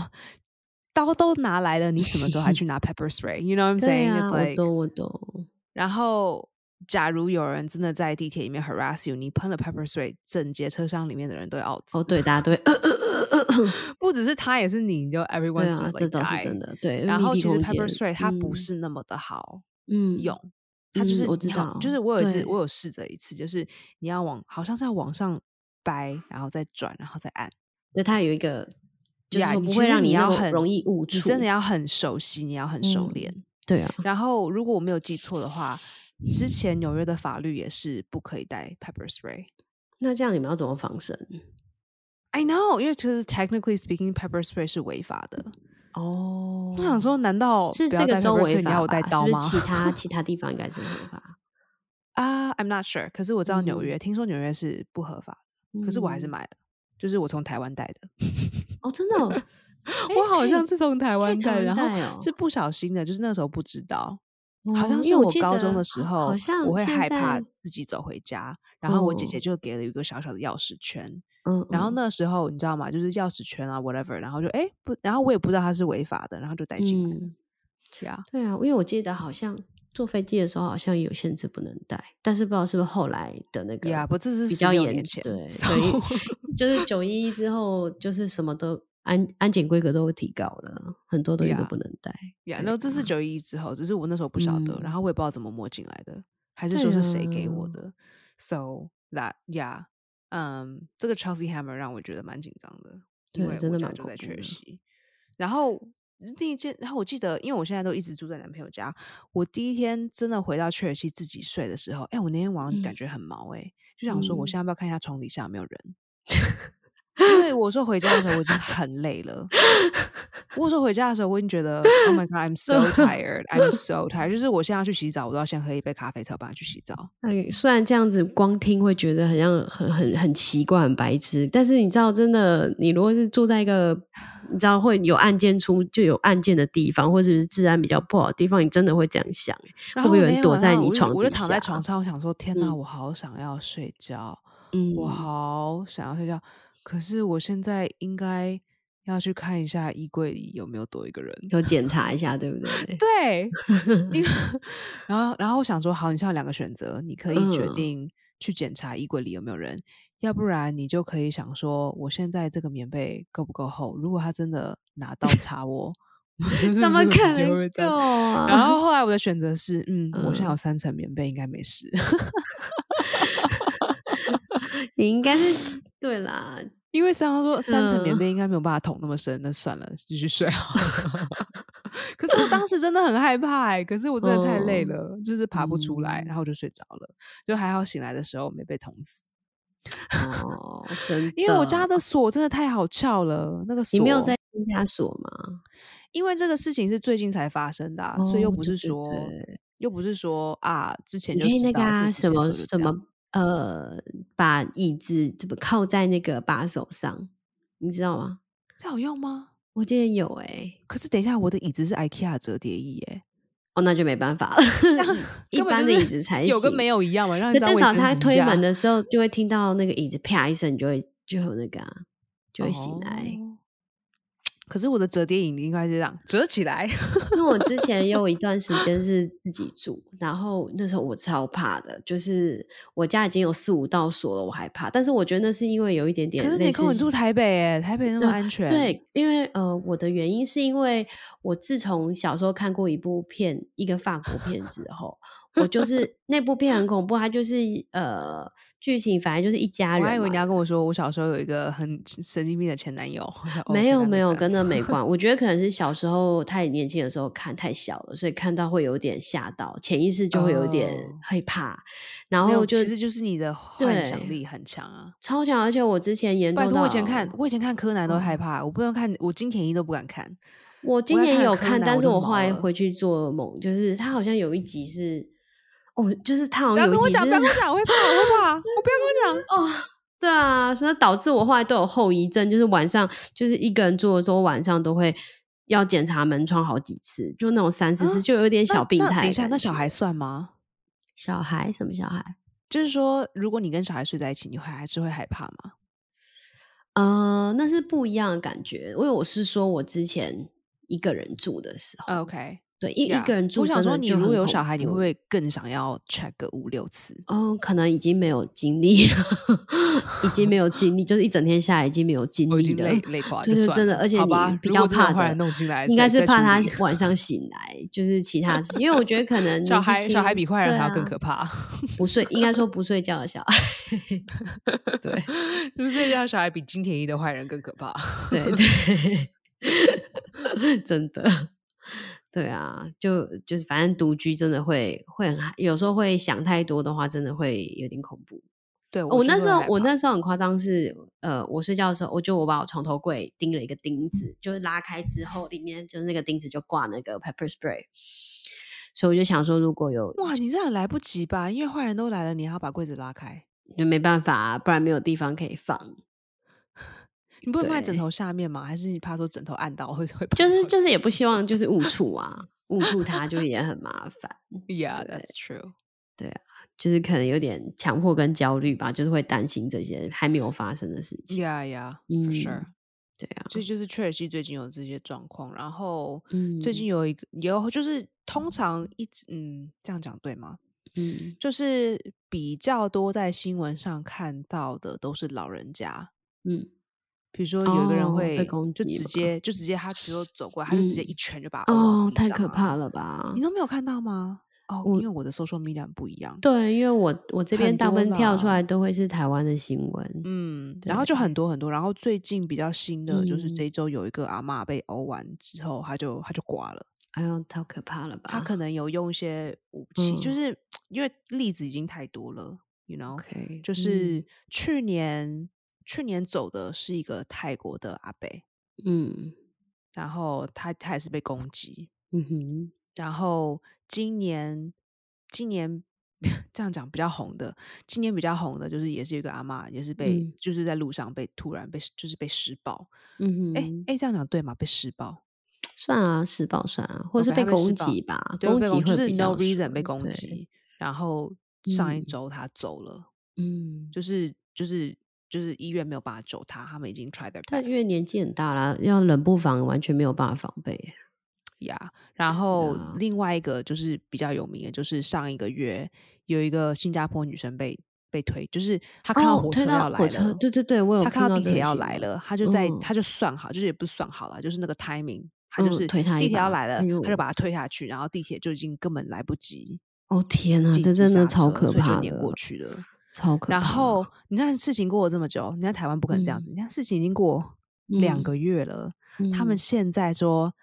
[SPEAKER 1] 刀都拿来了，你什么时候还 去拿 Pepper Spray？You know what I'm
[SPEAKER 2] 对
[SPEAKER 1] saying?
[SPEAKER 2] 啊，
[SPEAKER 1] It's
[SPEAKER 2] 我
[SPEAKER 1] like，
[SPEAKER 2] 懂我懂，
[SPEAKER 1] 然后假如有人真的在地铁里面 harass you，你喷了 Pepper Spray，整节车厢里面的人都要 out。
[SPEAKER 2] 哦，对，大家都会 呃呃呃呃呃呃，
[SPEAKER 1] 不只是他，也是你，你就 everyone's
[SPEAKER 2] 对
[SPEAKER 1] gonna
[SPEAKER 2] 啊，这
[SPEAKER 1] like
[SPEAKER 2] 倒是
[SPEAKER 1] die
[SPEAKER 2] 真。的，对。
[SPEAKER 1] 欸然
[SPEAKER 2] 密
[SPEAKER 1] 后
[SPEAKER 2] 闭
[SPEAKER 1] 其实
[SPEAKER 2] 空
[SPEAKER 1] Pepper
[SPEAKER 2] 间
[SPEAKER 1] Spray 它不
[SPEAKER 2] 嗯
[SPEAKER 1] 是那么的好
[SPEAKER 2] 嗯
[SPEAKER 1] 用。它就
[SPEAKER 2] 嗯
[SPEAKER 1] 是
[SPEAKER 2] 我知
[SPEAKER 1] 你好，就是
[SPEAKER 2] 道
[SPEAKER 1] 我有一次
[SPEAKER 2] 对
[SPEAKER 1] 我有试着一次，就是你要往好像是要往上掰，然后再转，然后再按，
[SPEAKER 2] 对，它有一个，就是
[SPEAKER 1] 呀
[SPEAKER 2] 说
[SPEAKER 1] 你
[SPEAKER 2] 不
[SPEAKER 1] 其
[SPEAKER 2] 会
[SPEAKER 1] 实
[SPEAKER 2] 让
[SPEAKER 1] 你
[SPEAKER 2] 那
[SPEAKER 1] 要
[SPEAKER 2] 么
[SPEAKER 1] 很
[SPEAKER 2] 容易误
[SPEAKER 1] 你
[SPEAKER 2] 触，
[SPEAKER 1] 真的要很熟悉，你要很熟
[SPEAKER 2] 嗯
[SPEAKER 1] 练。
[SPEAKER 2] 对啊，
[SPEAKER 1] 然后如果我没有记错的话，之前纽约的法律也是不可以带 pepper spray。
[SPEAKER 2] 那这样你们要怎么防身？
[SPEAKER 1] I know，因为其实 technically speaking pepper spray 是违法的。
[SPEAKER 2] 哦
[SPEAKER 1] 我想说，难道
[SPEAKER 2] 是
[SPEAKER 1] 不
[SPEAKER 2] 这
[SPEAKER 1] 要
[SPEAKER 2] 个
[SPEAKER 1] 带
[SPEAKER 2] 州
[SPEAKER 1] pepper
[SPEAKER 2] 违
[SPEAKER 1] spray，你要
[SPEAKER 2] 法
[SPEAKER 1] 我带
[SPEAKER 2] 吧？是
[SPEAKER 1] 刀
[SPEAKER 2] 不是
[SPEAKER 1] 吗？
[SPEAKER 2] 其 他其他地方应该是合法？
[SPEAKER 1] 啊、i m not sure。可是我知道纽
[SPEAKER 2] 嗯
[SPEAKER 1] 约，听说纽约是不合法的，可是我还是
[SPEAKER 2] 嗯
[SPEAKER 1] 买了，就是我从台湾带的。
[SPEAKER 2] 哦，真的哦、诶
[SPEAKER 1] 我好
[SPEAKER 2] 可以
[SPEAKER 1] 像是从台
[SPEAKER 2] 可以
[SPEAKER 1] 湾
[SPEAKER 2] 哎台
[SPEAKER 1] 带，
[SPEAKER 2] 湾
[SPEAKER 1] 然后
[SPEAKER 2] 带哦
[SPEAKER 1] 是不小心的，就是那时候不知道， 好
[SPEAKER 2] 哦
[SPEAKER 1] 像
[SPEAKER 2] 因
[SPEAKER 1] 是
[SPEAKER 2] 为我
[SPEAKER 1] 我
[SPEAKER 2] 记
[SPEAKER 1] 高中
[SPEAKER 2] 得
[SPEAKER 1] 的时
[SPEAKER 2] 好
[SPEAKER 1] 候，
[SPEAKER 2] 好像
[SPEAKER 1] 我会
[SPEAKER 2] 现
[SPEAKER 1] 害怕
[SPEAKER 2] 在
[SPEAKER 1] 自己走回家，然后我姐姐
[SPEAKER 2] 哦
[SPEAKER 1] 就给了一个小小的钥匙圈，
[SPEAKER 2] 嗯，
[SPEAKER 1] 然后
[SPEAKER 2] 嗯
[SPEAKER 1] 那时候你知道吗？就是钥匙圈啊，whatever，然后就哎不，然后我也不知道它是违法的，然后就带进来了
[SPEAKER 2] 嗯，
[SPEAKER 1] 呀。
[SPEAKER 2] 对啊，因为我记得好像坐飞机的时候好像有限制不能带，但是不知道是不是后来的那个
[SPEAKER 1] Yeah，不，这是
[SPEAKER 2] 比
[SPEAKER 1] 十
[SPEAKER 2] 较
[SPEAKER 1] 六
[SPEAKER 2] 严
[SPEAKER 1] 年前，
[SPEAKER 2] 对
[SPEAKER 1] so-
[SPEAKER 2] 对，就是九一一之后，就是什么都安安检规格都提高了，很多东西都
[SPEAKER 1] Yeah
[SPEAKER 2] 不能带。
[SPEAKER 1] 呀，
[SPEAKER 2] 对
[SPEAKER 1] 那这是
[SPEAKER 2] 啊
[SPEAKER 1] 九一一之后，只是我那时候不晓得，
[SPEAKER 2] 嗯
[SPEAKER 1] 然后我也不知道怎么摸进来的，还是
[SPEAKER 2] 对
[SPEAKER 1] 说是谁给
[SPEAKER 2] 啊
[SPEAKER 1] 我的。So that yeah，嗯，这个 Chelsea Hammer 让我觉得蛮紧张的，因
[SPEAKER 2] 对
[SPEAKER 1] 为
[SPEAKER 2] 真
[SPEAKER 1] 我
[SPEAKER 2] 的
[SPEAKER 1] 家
[SPEAKER 2] 蛮
[SPEAKER 1] 就
[SPEAKER 2] 恐
[SPEAKER 1] 在
[SPEAKER 2] 怖
[SPEAKER 1] 缺
[SPEAKER 2] 的
[SPEAKER 1] 席。然后第一件，然后我记得，因为我现在都一直住在男朋友家，我第一天真的回到切尔西自己睡的时候，哎、我那天晚上感
[SPEAKER 2] 嗯
[SPEAKER 1] 觉很毛、哎、就想说我现在
[SPEAKER 2] 嗯
[SPEAKER 1] 要不要看一下床底下有没有 人。因为我说回家的时候我已经很累了，我说回家的时候，我已经觉 得，Oh my God，I'm so tired, I'm so tired。就是我现在要去洗澡，我都要先喝一杯咖啡才有办法去洗澡。
[SPEAKER 2] 哎，虽然这样子光听会觉得很像很很很奇怪、很白痴，但是你知道，真的，你如果是住在一个你知道会有案件出就有案件的地方，或者是治安比较不好的地方，你真的会这样想。
[SPEAKER 1] 然
[SPEAKER 2] 会
[SPEAKER 1] 后
[SPEAKER 2] 不会有
[SPEAKER 1] 那
[SPEAKER 2] 人
[SPEAKER 1] 天
[SPEAKER 2] 躲
[SPEAKER 1] 晚
[SPEAKER 2] 在
[SPEAKER 1] 上
[SPEAKER 2] 你
[SPEAKER 1] 我就
[SPEAKER 2] 床
[SPEAKER 1] 我就
[SPEAKER 2] 底
[SPEAKER 1] 躺在
[SPEAKER 2] 下
[SPEAKER 1] 床上，我想说，天哪，
[SPEAKER 2] 嗯
[SPEAKER 1] 我好想要睡觉，
[SPEAKER 2] 嗯，
[SPEAKER 1] 我好想要睡觉。可是我现在应该要去看一下衣柜里有没有多一个人。
[SPEAKER 2] 有检查一下，对不 对？
[SPEAKER 1] 对， 因为然后然后我想说，好，你现在有两个选择，你可以决
[SPEAKER 2] 嗯
[SPEAKER 1] 定去检查衣柜里有没有人，要不然你就可以想说，我现在这个棉被够不够厚？如果他真的拿 刀插我，
[SPEAKER 2] 怎么可
[SPEAKER 1] 感觉会不
[SPEAKER 2] 能
[SPEAKER 1] 会这
[SPEAKER 2] 够
[SPEAKER 1] 样？
[SPEAKER 2] 啊？
[SPEAKER 1] 然后后来我的选择是，嗯，我现在有
[SPEAKER 2] 嗯
[SPEAKER 1] 三层棉被，应该没事，
[SPEAKER 2] 你应该是对啦，
[SPEAKER 1] 因为上他说三层棉
[SPEAKER 2] 嗯
[SPEAKER 1] 被应该没有办法捅那么深，那算了，继续睡好了。 可是我当时真的很害怕、欸，可是我真的太累
[SPEAKER 2] 哦
[SPEAKER 1] 了，就是爬不出来，
[SPEAKER 2] 嗯
[SPEAKER 1] 然后我就睡着了，就还好醒来的时候没被捅死。
[SPEAKER 2] 哦，真的，
[SPEAKER 1] 因为我家的锁真的太好撬了，那个锁
[SPEAKER 2] 哦你没有在新加锁吗？
[SPEAKER 1] 因为这个事情是最近才发生的、啊，所以又
[SPEAKER 2] 哦
[SPEAKER 1] 不
[SPEAKER 2] 对
[SPEAKER 1] 是
[SPEAKER 2] 对
[SPEAKER 1] 说
[SPEAKER 2] 对
[SPEAKER 1] 又不是说啊之前
[SPEAKER 2] 你
[SPEAKER 1] 就
[SPEAKER 2] 可以
[SPEAKER 1] 知
[SPEAKER 2] 那个
[SPEAKER 1] 道
[SPEAKER 2] 啊，
[SPEAKER 1] 父子
[SPEAKER 2] 什
[SPEAKER 1] 牵
[SPEAKER 2] 么
[SPEAKER 1] 手就
[SPEAKER 2] 什
[SPEAKER 1] 这样
[SPEAKER 2] 么呃，把椅子怎么靠在那个把手上，你知道吗？
[SPEAKER 1] 这好用吗？
[SPEAKER 2] 我记得有哎、
[SPEAKER 1] 可是等一下，我的椅子是 IKEA 折叠椅、欸，
[SPEAKER 2] 哦，那就没办法了，
[SPEAKER 1] 这样
[SPEAKER 2] 一
[SPEAKER 1] 根本
[SPEAKER 2] 般
[SPEAKER 1] 就
[SPEAKER 2] 的
[SPEAKER 1] 是
[SPEAKER 2] 椅子才
[SPEAKER 1] 有跟
[SPEAKER 2] 行
[SPEAKER 1] 没有一样嘛让
[SPEAKER 2] 可
[SPEAKER 1] 你知道
[SPEAKER 2] 至
[SPEAKER 1] 卫
[SPEAKER 2] 少
[SPEAKER 1] 生
[SPEAKER 2] 他
[SPEAKER 1] 纸
[SPEAKER 2] 推
[SPEAKER 1] 架
[SPEAKER 2] 门的时候，就会听到那个椅子啪一声，你就会就有那个、啊，就会醒来。
[SPEAKER 1] 哦可是我的折叠椅应该是这样折起来，
[SPEAKER 2] 因为我之前也有一段时间 是自己住，然后那时候我超怕的，就是我家已经有四五道锁了，我还怕。但是我觉得那是因为有一点点
[SPEAKER 1] 可是
[SPEAKER 2] 类
[SPEAKER 1] 你
[SPEAKER 2] 似
[SPEAKER 1] 跟我住台北哎、台北那么
[SPEAKER 2] 对
[SPEAKER 1] 安全，，
[SPEAKER 2] 对，因为呃，我的原因是因为我自从小时候看过一部片，一个法国片 之后，我就是那部片很恐怖，它就是呃剧情反正就是一家
[SPEAKER 1] 我
[SPEAKER 2] 人嘛，
[SPEAKER 1] 还以为你要跟我说，我小时候有一个很神经病的前男友。我说哦
[SPEAKER 2] 没
[SPEAKER 1] 原
[SPEAKER 2] 有
[SPEAKER 1] 来
[SPEAKER 2] 没
[SPEAKER 1] 是
[SPEAKER 2] 有，
[SPEAKER 1] 这样
[SPEAKER 2] 跟
[SPEAKER 1] 子
[SPEAKER 2] 那没 关。我觉得可能是小时候太年轻的时候看太小了，所以看到会有点吓到，潜意识就会有点
[SPEAKER 1] 哦
[SPEAKER 2] 害怕。然
[SPEAKER 1] 没
[SPEAKER 2] 后
[SPEAKER 1] 有
[SPEAKER 2] 就
[SPEAKER 1] 其实就是你的幻想
[SPEAKER 2] 对
[SPEAKER 1] 力很强啊。
[SPEAKER 2] 超强，而且我之前研
[SPEAKER 1] 拜
[SPEAKER 2] 究
[SPEAKER 1] 托，
[SPEAKER 2] 到，
[SPEAKER 1] 我以前看，我以前看柯南都
[SPEAKER 2] 哦
[SPEAKER 1] 害怕，我不能看，我金田一都不敢看。
[SPEAKER 2] 我今
[SPEAKER 1] 要
[SPEAKER 2] 年
[SPEAKER 1] 看
[SPEAKER 2] 有
[SPEAKER 1] 柯
[SPEAKER 2] 看，
[SPEAKER 1] 南
[SPEAKER 2] 但
[SPEAKER 1] 我
[SPEAKER 2] 是
[SPEAKER 1] 就
[SPEAKER 2] 我
[SPEAKER 1] 毛
[SPEAKER 2] 后来
[SPEAKER 1] 了
[SPEAKER 2] 回去做梦，就是他好像有一集是，哦，就是他好
[SPEAKER 1] 不要
[SPEAKER 2] 像
[SPEAKER 1] 跟
[SPEAKER 2] 有
[SPEAKER 1] 我
[SPEAKER 2] 一集
[SPEAKER 1] 讲，不要跟我
[SPEAKER 2] 是
[SPEAKER 1] 讲，我会怕，我会怕，我不要跟我讲。
[SPEAKER 2] 哦。对啊，所以导致我后来都有后遗症，就是晚上就是一个人住的时候，晚上都会要检查门窗好几次，就那种三四
[SPEAKER 1] 啊
[SPEAKER 2] 次，就有一点
[SPEAKER 1] 那
[SPEAKER 2] 小病
[SPEAKER 1] 那
[SPEAKER 2] 态。
[SPEAKER 1] 等一下，那小孩算吗？
[SPEAKER 2] 小孩什么小孩？
[SPEAKER 1] 就是说，如果你跟小孩睡在一起，你会还是会害怕吗？
[SPEAKER 2] 呃，那是不一样的感觉，因为我是说我之前一个人住的时候，
[SPEAKER 1] OK，
[SPEAKER 2] 对，一一个人住
[SPEAKER 1] 我
[SPEAKER 2] 真
[SPEAKER 1] 想
[SPEAKER 2] 的
[SPEAKER 1] 说，你
[SPEAKER 2] 就
[SPEAKER 1] 如果
[SPEAKER 2] 很
[SPEAKER 1] 有
[SPEAKER 2] 恐
[SPEAKER 1] 小孩，你会不
[SPEAKER 2] 怖
[SPEAKER 1] 会更想要 check 个五六次？
[SPEAKER 2] 哦，可能已经没有精力了，已经没有精力，就是一整天下来已经没有精
[SPEAKER 1] 我已
[SPEAKER 2] 力
[SPEAKER 1] 经
[SPEAKER 2] 了
[SPEAKER 1] 累。累垮了，
[SPEAKER 2] 就
[SPEAKER 1] 就是算
[SPEAKER 2] 真的，
[SPEAKER 1] 了
[SPEAKER 2] 而且
[SPEAKER 1] 好
[SPEAKER 2] 你
[SPEAKER 1] 吧
[SPEAKER 2] 比
[SPEAKER 1] 如
[SPEAKER 2] 较
[SPEAKER 1] 果真的
[SPEAKER 2] 怕
[SPEAKER 1] 后来
[SPEAKER 2] 的，
[SPEAKER 1] 弄进来，
[SPEAKER 2] 应该
[SPEAKER 1] 再
[SPEAKER 2] 是
[SPEAKER 1] 再
[SPEAKER 2] 怕
[SPEAKER 1] 处
[SPEAKER 2] 他
[SPEAKER 1] 理
[SPEAKER 2] 晚上醒来，就是其他事，因为我觉得可能年
[SPEAKER 1] 小
[SPEAKER 2] 纪
[SPEAKER 1] 孩小孩
[SPEAKER 2] 轻
[SPEAKER 1] 比坏人
[SPEAKER 2] 对
[SPEAKER 1] 还要更
[SPEAKER 2] 啊
[SPEAKER 1] 可怕，
[SPEAKER 2] 不睡，应该说不睡觉的小孩， 对
[SPEAKER 1] 就是这样，小孩比金田一的坏人更可怕。
[SPEAKER 2] 对对， 真的，对啊，就就是反正独居真的会会很害，有时候会想太多的话，真的会有点恐怖。
[SPEAKER 1] 对
[SPEAKER 2] 哦我
[SPEAKER 1] 就
[SPEAKER 2] 那
[SPEAKER 1] 会
[SPEAKER 2] 时候
[SPEAKER 1] 害
[SPEAKER 2] 我
[SPEAKER 1] 怕
[SPEAKER 2] 那时候很夸张是，呃，我睡觉的时候，我就我把我床头柜钉了一个钉子，就是拉开之后，里面就是那个钉子就挂那个 pepper spray，所以我就想说，如果有
[SPEAKER 1] 哇，你这样来不及吧？因为坏人都来了，你还要把柜子拉开，
[SPEAKER 2] 就没办法、不然没有地方可以放，
[SPEAKER 1] 你不会放在枕
[SPEAKER 2] 对
[SPEAKER 1] 头下面吗？还是你怕说枕头按到会会
[SPEAKER 2] 就是就是也不希望就是误触啊，误触它就也很麻烦，
[SPEAKER 1] ？Yeah，that's true。
[SPEAKER 2] 就是可能有点强迫跟焦虑吧，就是会担心这些还没有发生的事情。
[SPEAKER 1] Yeah，yeah，for
[SPEAKER 2] 嗯
[SPEAKER 1] sure。
[SPEAKER 2] 对啊，
[SPEAKER 1] 所以就是切尔西最近有这些状况，然后
[SPEAKER 2] 嗯，
[SPEAKER 1] 最近有一个也有就是通常一直嗯这样讲对吗？
[SPEAKER 2] 嗯
[SPEAKER 1] 就是比较多在新闻上看到的都是老人家，
[SPEAKER 2] 嗯，
[SPEAKER 1] 比如说有一个人
[SPEAKER 2] 哦
[SPEAKER 1] 会、
[SPEAKER 2] 被攻
[SPEAKER 1] 就
[SPEAKER 2] 击
[SPEAKER 1] 直
[SPEAKER 2] 吧
[SPEAKER 1] 接就直接他只有走过来，他就直接
[SPEAKER 2] 嗯
[SPEAKER 1] 一拳就把他
[SPEAKER 2] 哦，太可
[SPEAKER 1] 了。
[SPEAKER 2] 怕了吧
[SPEAKER 1] 啊你！都没有看到吗？哦，
[SPEAKER 2] 我
[SPEAKER 1] 因为我的 social media 不一样。
[SPEAKER 2] 对，因为我我这边
[SPEAKER 1] 很
[SPEAKER 2] 大部
[SPEAKER 1] 多
[SPEAKER 2] 分跳出
[SPEAKER 1] 啦
[SPEAKER 2] 来都会是台湾的新闻，
[SPEAKER 1] 嗯，然后就很多很多，然后最近比较新的就是
[SPEAKER 2] 嗯
[SPEAKER 1] 这一周有一个阿嬷被殴完之后，她就她就挂了。
[SPEAKER 2] 哎呦，太可怕了吧！
[SPEAKER 1] 她可能有用一些武器，就
[SPEAKER 2] 嗯
[SPEAKER 1] 是因为例子已经太多了，you know，
[SPEAKER 2] OK，
[SPEAKER 1] 就
[SPEAKER 2] 嗯
[SPEAKER 1] 是去年去年走的是一个泰国的阿北，
[SPEAKER 2] 嗯
[SPEAKER 1] 然后他他也是被攻击，
[SPEAKER 2] 嗯哼，
[SPEAKER 1] 然后今年今年 这样讲比较红的，今年比较红的就是也是有一个阿嬷，也是被、
[SPEAKER 2] 嗯
[SPEAKER 1] 就是在路上被突然被就是被施暴，
[SPEAKER 2] 嗯哼，
[SPEAKER 1] 哎哎、诶这样讲对吗？被施暴，
[SPEAKER 2] 算啊，施暴算啊，或者是
[SPEAKER 1] OK，他被哦施
[SPEAKER 2] 攻
[SPEAKER 1] 暴
[SPEAKER 2] 击吧，
[SPEAKER 1] 对被
[SPEAKER 2] 击
[SPEAKER 1] 就
[SPEAKER 2] 会
[SPEAKER 1] 是
[SPEAKER 2] 比
[SPEAKER 1] no
[SPEAKER 2] 较
[SPEAKER 1] reason 被
[SPEAKER 2] 爽
[SPEAKER 1] 攻
[SPEAKER 2] 对，
[SPEAKER 1] 击，然后上一
[SPEAKER 2] 嗯
[SPEAKER 1] 周他走了，
[SPEAKER 2] 嗯，
[SPEAKER 1] 就是就是就是医院没有办法救他，他们已经 try their
[SPEAKER 2] 但因为
[SPEAKER 1] best
[SPEAKER 2] 年纪很大啦，要冷不防完全没有办法防备耶。
[SPEAKER 1] 呀。然后
[SPEAKER 2] 啊
[SPEAKER 1] 另外一个就是比较有名的，就是上一个月有一个新加坡女生被被推，就是她看到
[SPEAKER 2] 哦，
[SPEAKER 1] 火车
[SPEAKER 2] 推
[SPEAKER 1] 要
[SPEAKER 2] 到
[SPEAKER 1] 来
[SPEAKER 2] 火车，
[SPEAKER 1] 了。
[SPEAKER 2] 对对对，我有
[SPEAKER 1] 他看
[SPEAKER 2] 看
[SPEAKER 1] 到
[SPEAKER 2] 到
[SPEAKER 1] 地
[SPEAKER 2] 这个
[SPEAKER 1] 铁要
[SPEAKER 2] 新
[SPEAKER 1] 来
[SPEAKER 2] 闻，
[SPEAKER 1] 了，他就在，
[SPEAKER 2] 嗯
[SPEAKER 1] 他就算好，就是也不是算好了，就是那个 timing，他就
[SPEAKER 2] 嗯
[SPEAKER 1] 是
[SPEAKER 2] 推他一
[SPEAKER 1] 地铁要
[SPEAKER 2] 把
[SPEAKER 1] 来了
[SPEAKER 2] 哎，
[SPEAKER 1] 他就
[SPEAKER 2] 呦
[SPEAKER 1] 把他推下去，然后地铁就已经根本来不及
[SPEAKER 2] 哦天啊，
[SPEAKER 1] 紧
[SPEAKER 2] 这
[SPEAKER 1] 急
[SPEAKER 2] 真的
[SPEAKER 1] 刹
[SPEAKER 2] 超
[SPEAKER 1] 车，
[SPEAKER 2] 可
[SPEAKER 1] 所以就
[SPEAKER 2] 怕
[SPEAKER 1] 碾过
[SPEAKER 2] 的，
[SPEAKER 1] 去了。
[SPEAKER 2] 超可怕。嗯
[SPEAKER 1] 然后你看事情过了这么久，你看台湾不可能这样子，你看事情已经过两个月了，他们
[SPEAKER 2] 嗯
[SPEAKER 1] 现在说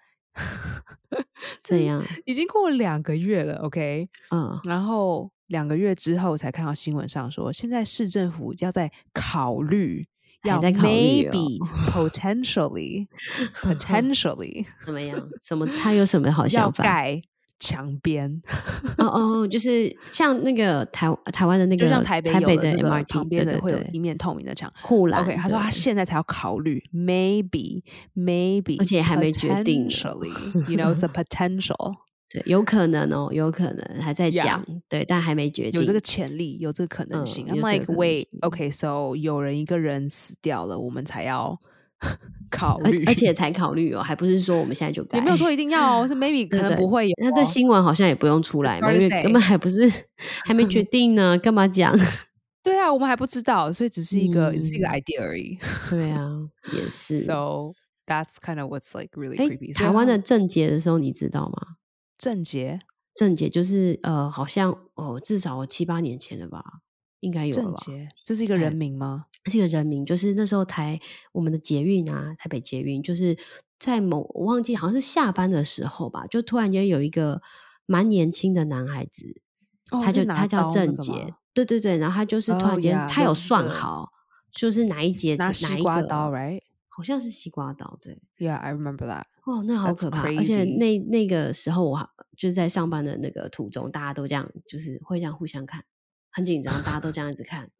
[SPEAKER 1] 就
[SPEAKER 2] 怎
[SPEAKER 1] 是
[SPEAKER 2] 样？
[SPEAKER 1] 已经过了两个月了，OK，
[SPEAKER 2] 嗯，
[SPEAKER 1] 然后两个月之后才看到新闻上说，现在市政府要在考虑，
[SPEAKER 2] 还
[SPEAKER 1] 要
[SPEAKER 2] 在考虑哦
[SPEAKER 1] maybe potentially potentially
[SPEAKER 2] 怎么样？什 么？他有什么好
[SPEAKER 1] 要
[SPEAKER 2] 想法？
[SPEAKER 1] 盖墙边，
[SPEAKER 2] 哦哦，哦就是像那个台台湾的那
[SPEAKER 1] 就
[SPEAKER 2] 个
[SPEAKER 1] 像台北
[SPEAKER 2] 台
[SPEAKER 1] 有
[SPEAKER 2] 北
[SPEAKER 1] 的
[SPEAKER 2] 的
[SPEAKER 1] 这个
[SPEAKER 2] MRT，
[SPEAKER 1] 旁边
[SPEAKER 2] 对
[SPEAKER 1] 的
[SPEAKER 2] 对
[SPEAKER 1] 会有一
[SPEAKER 2] 对，
[SPEAKER 1] 面透明的墙。
[SPEAKER 2] 护栏。
[SPEAKER 1] OK，他说他
[SPEAKER 2] 对
[SPEAKER 1] 现在才要考虑，maybe maybe，
[SPEAKER 2] 而且还没决定呢
[SPEAKER 1] potentially，you know it's a potential，
[SPEAKER 2] 对，有可能哦，有可能还在
[SPEAKER 1] Yeah
[SPEAKER 2] 讲对，但还没 决定。
[SPEAKER 1] 有这个潜力，有这个可能性。
[SPEAKER 2] 嗯
[SPEAKER 1] I'm
[SPEAKER 2] 有这个
[SPEAKER 1] like
[SPEAKER 2] 可能
[SPEAKER 1] wait
[SPEAKER 2] 性
[SPEAKER 1] OK so 有人一个人死掉了，我们才要 考
[SPEAKER 2] 而
[SPEAKER 1] 虑，
[SPEAKER 2] 而且才考虑哦，还不是说我们现在就改。
[SPEAKER 1] 也没有说一定要哦，是 maybe 可
[SPEAKER 2] 对
[SPEAKER 1] 能
[SPEAKER 2] 对
[SPEAKER 1] 不会有哦。
[SPEAKER 2] 那这新闻好像也不用出来嘛，
[SPEAKER 1] hard
[SPEAKER 2] 因
[SPEAKER 1] to
[SPEAKER 2] 为
[SPEAKER 1] say
[SPEAKER 2] 根本还不是还 没决定呢，干嘛讲？
[SPEAKER 1] 对啊，我们还不知道，所以只是一个、只是一个
[SPEAKER 2] 嗯
[SPEAKER 1] idea 而已。
[SPEAKER 2] 对啊，也是。
[SPEAKER 1] So that's kind of what's like really
[SPEAKER 2] 哎
[SPEAKER 1] creepy，，所以
[SPEAKER 2] 台湾
[SPEAKER 1] 他
[SPEAKER 2] 的
[SPEAKER 1] 们
[SPEAKER 2] 政节的时候，你知道吗？
[SPEAKER 1] 症结
[SPEAKER 2] 政节就是呃，好像哦，至少七八年前了吧，应该有了
[SPEAKER 1] 症
[SPEAKER 2] 吧。
[SPEAKER 1] 结，这是一个
[SPEAKER 2] 哎
[SPEAKER 1] 人名吗？
[SPEAKER 2] 这个人名就是那时候台我们的捷运啊，台北捷运，就是在某我忘记好像是下班的时候吧，就突然间有一个蛮年轻的男孩子，
[SPEAKER 1] 哦
[SPEAKER 2] 他
[SPEAKER 1] 是
[SPEAKER 2] 就
[SPEAKER 1] 拿
[SPEAKER 2] 他叫
[SPEAKER 1] 刀那
[SPEAKER 2] 郑
[SPEAKER 1] 个
[SPEAKER 2] 杰
[SPEAKER 1] 吗，
[SPEAKER 2] 对对对，然后他就是突
[SPEAKER 1] 哦
[SPEAKER 2] 然间、
[SPEAKER 1] 呀
[SPEAKER 2] 他
[SPEAKER 1] 有
[SPEAKER 2] 有
[SPEAKER 1] 那
[SPEAKER 2] 算
[SPEAKER 1] 个
[SPEAKER 2] 好，就是哪一节
[SPEAKER 1] 拿
[SPEAKER 2] 哪
[SPEAKER 1] 西
[SPEAKER 2] 一
[SPEAKER 1] 瓜
[SPEAKER 2] 个
[SPEAKER 1] 刀，right？
[SPEAKER 2] 好像是西瓜刀，对，
[SPEAKER 1] Yeah, I remember that.
[SPEAKER 2] 哦，那好
[SPEAKER 1] That's
[SPEAKER 2] 可怕！而且
[SPEAKER 1] crazy
[SPEAKER 2] 那那个时候我还就是在上班的那个途中，大家都这样，就是会这样互相看，很紧张，大家都这样子看，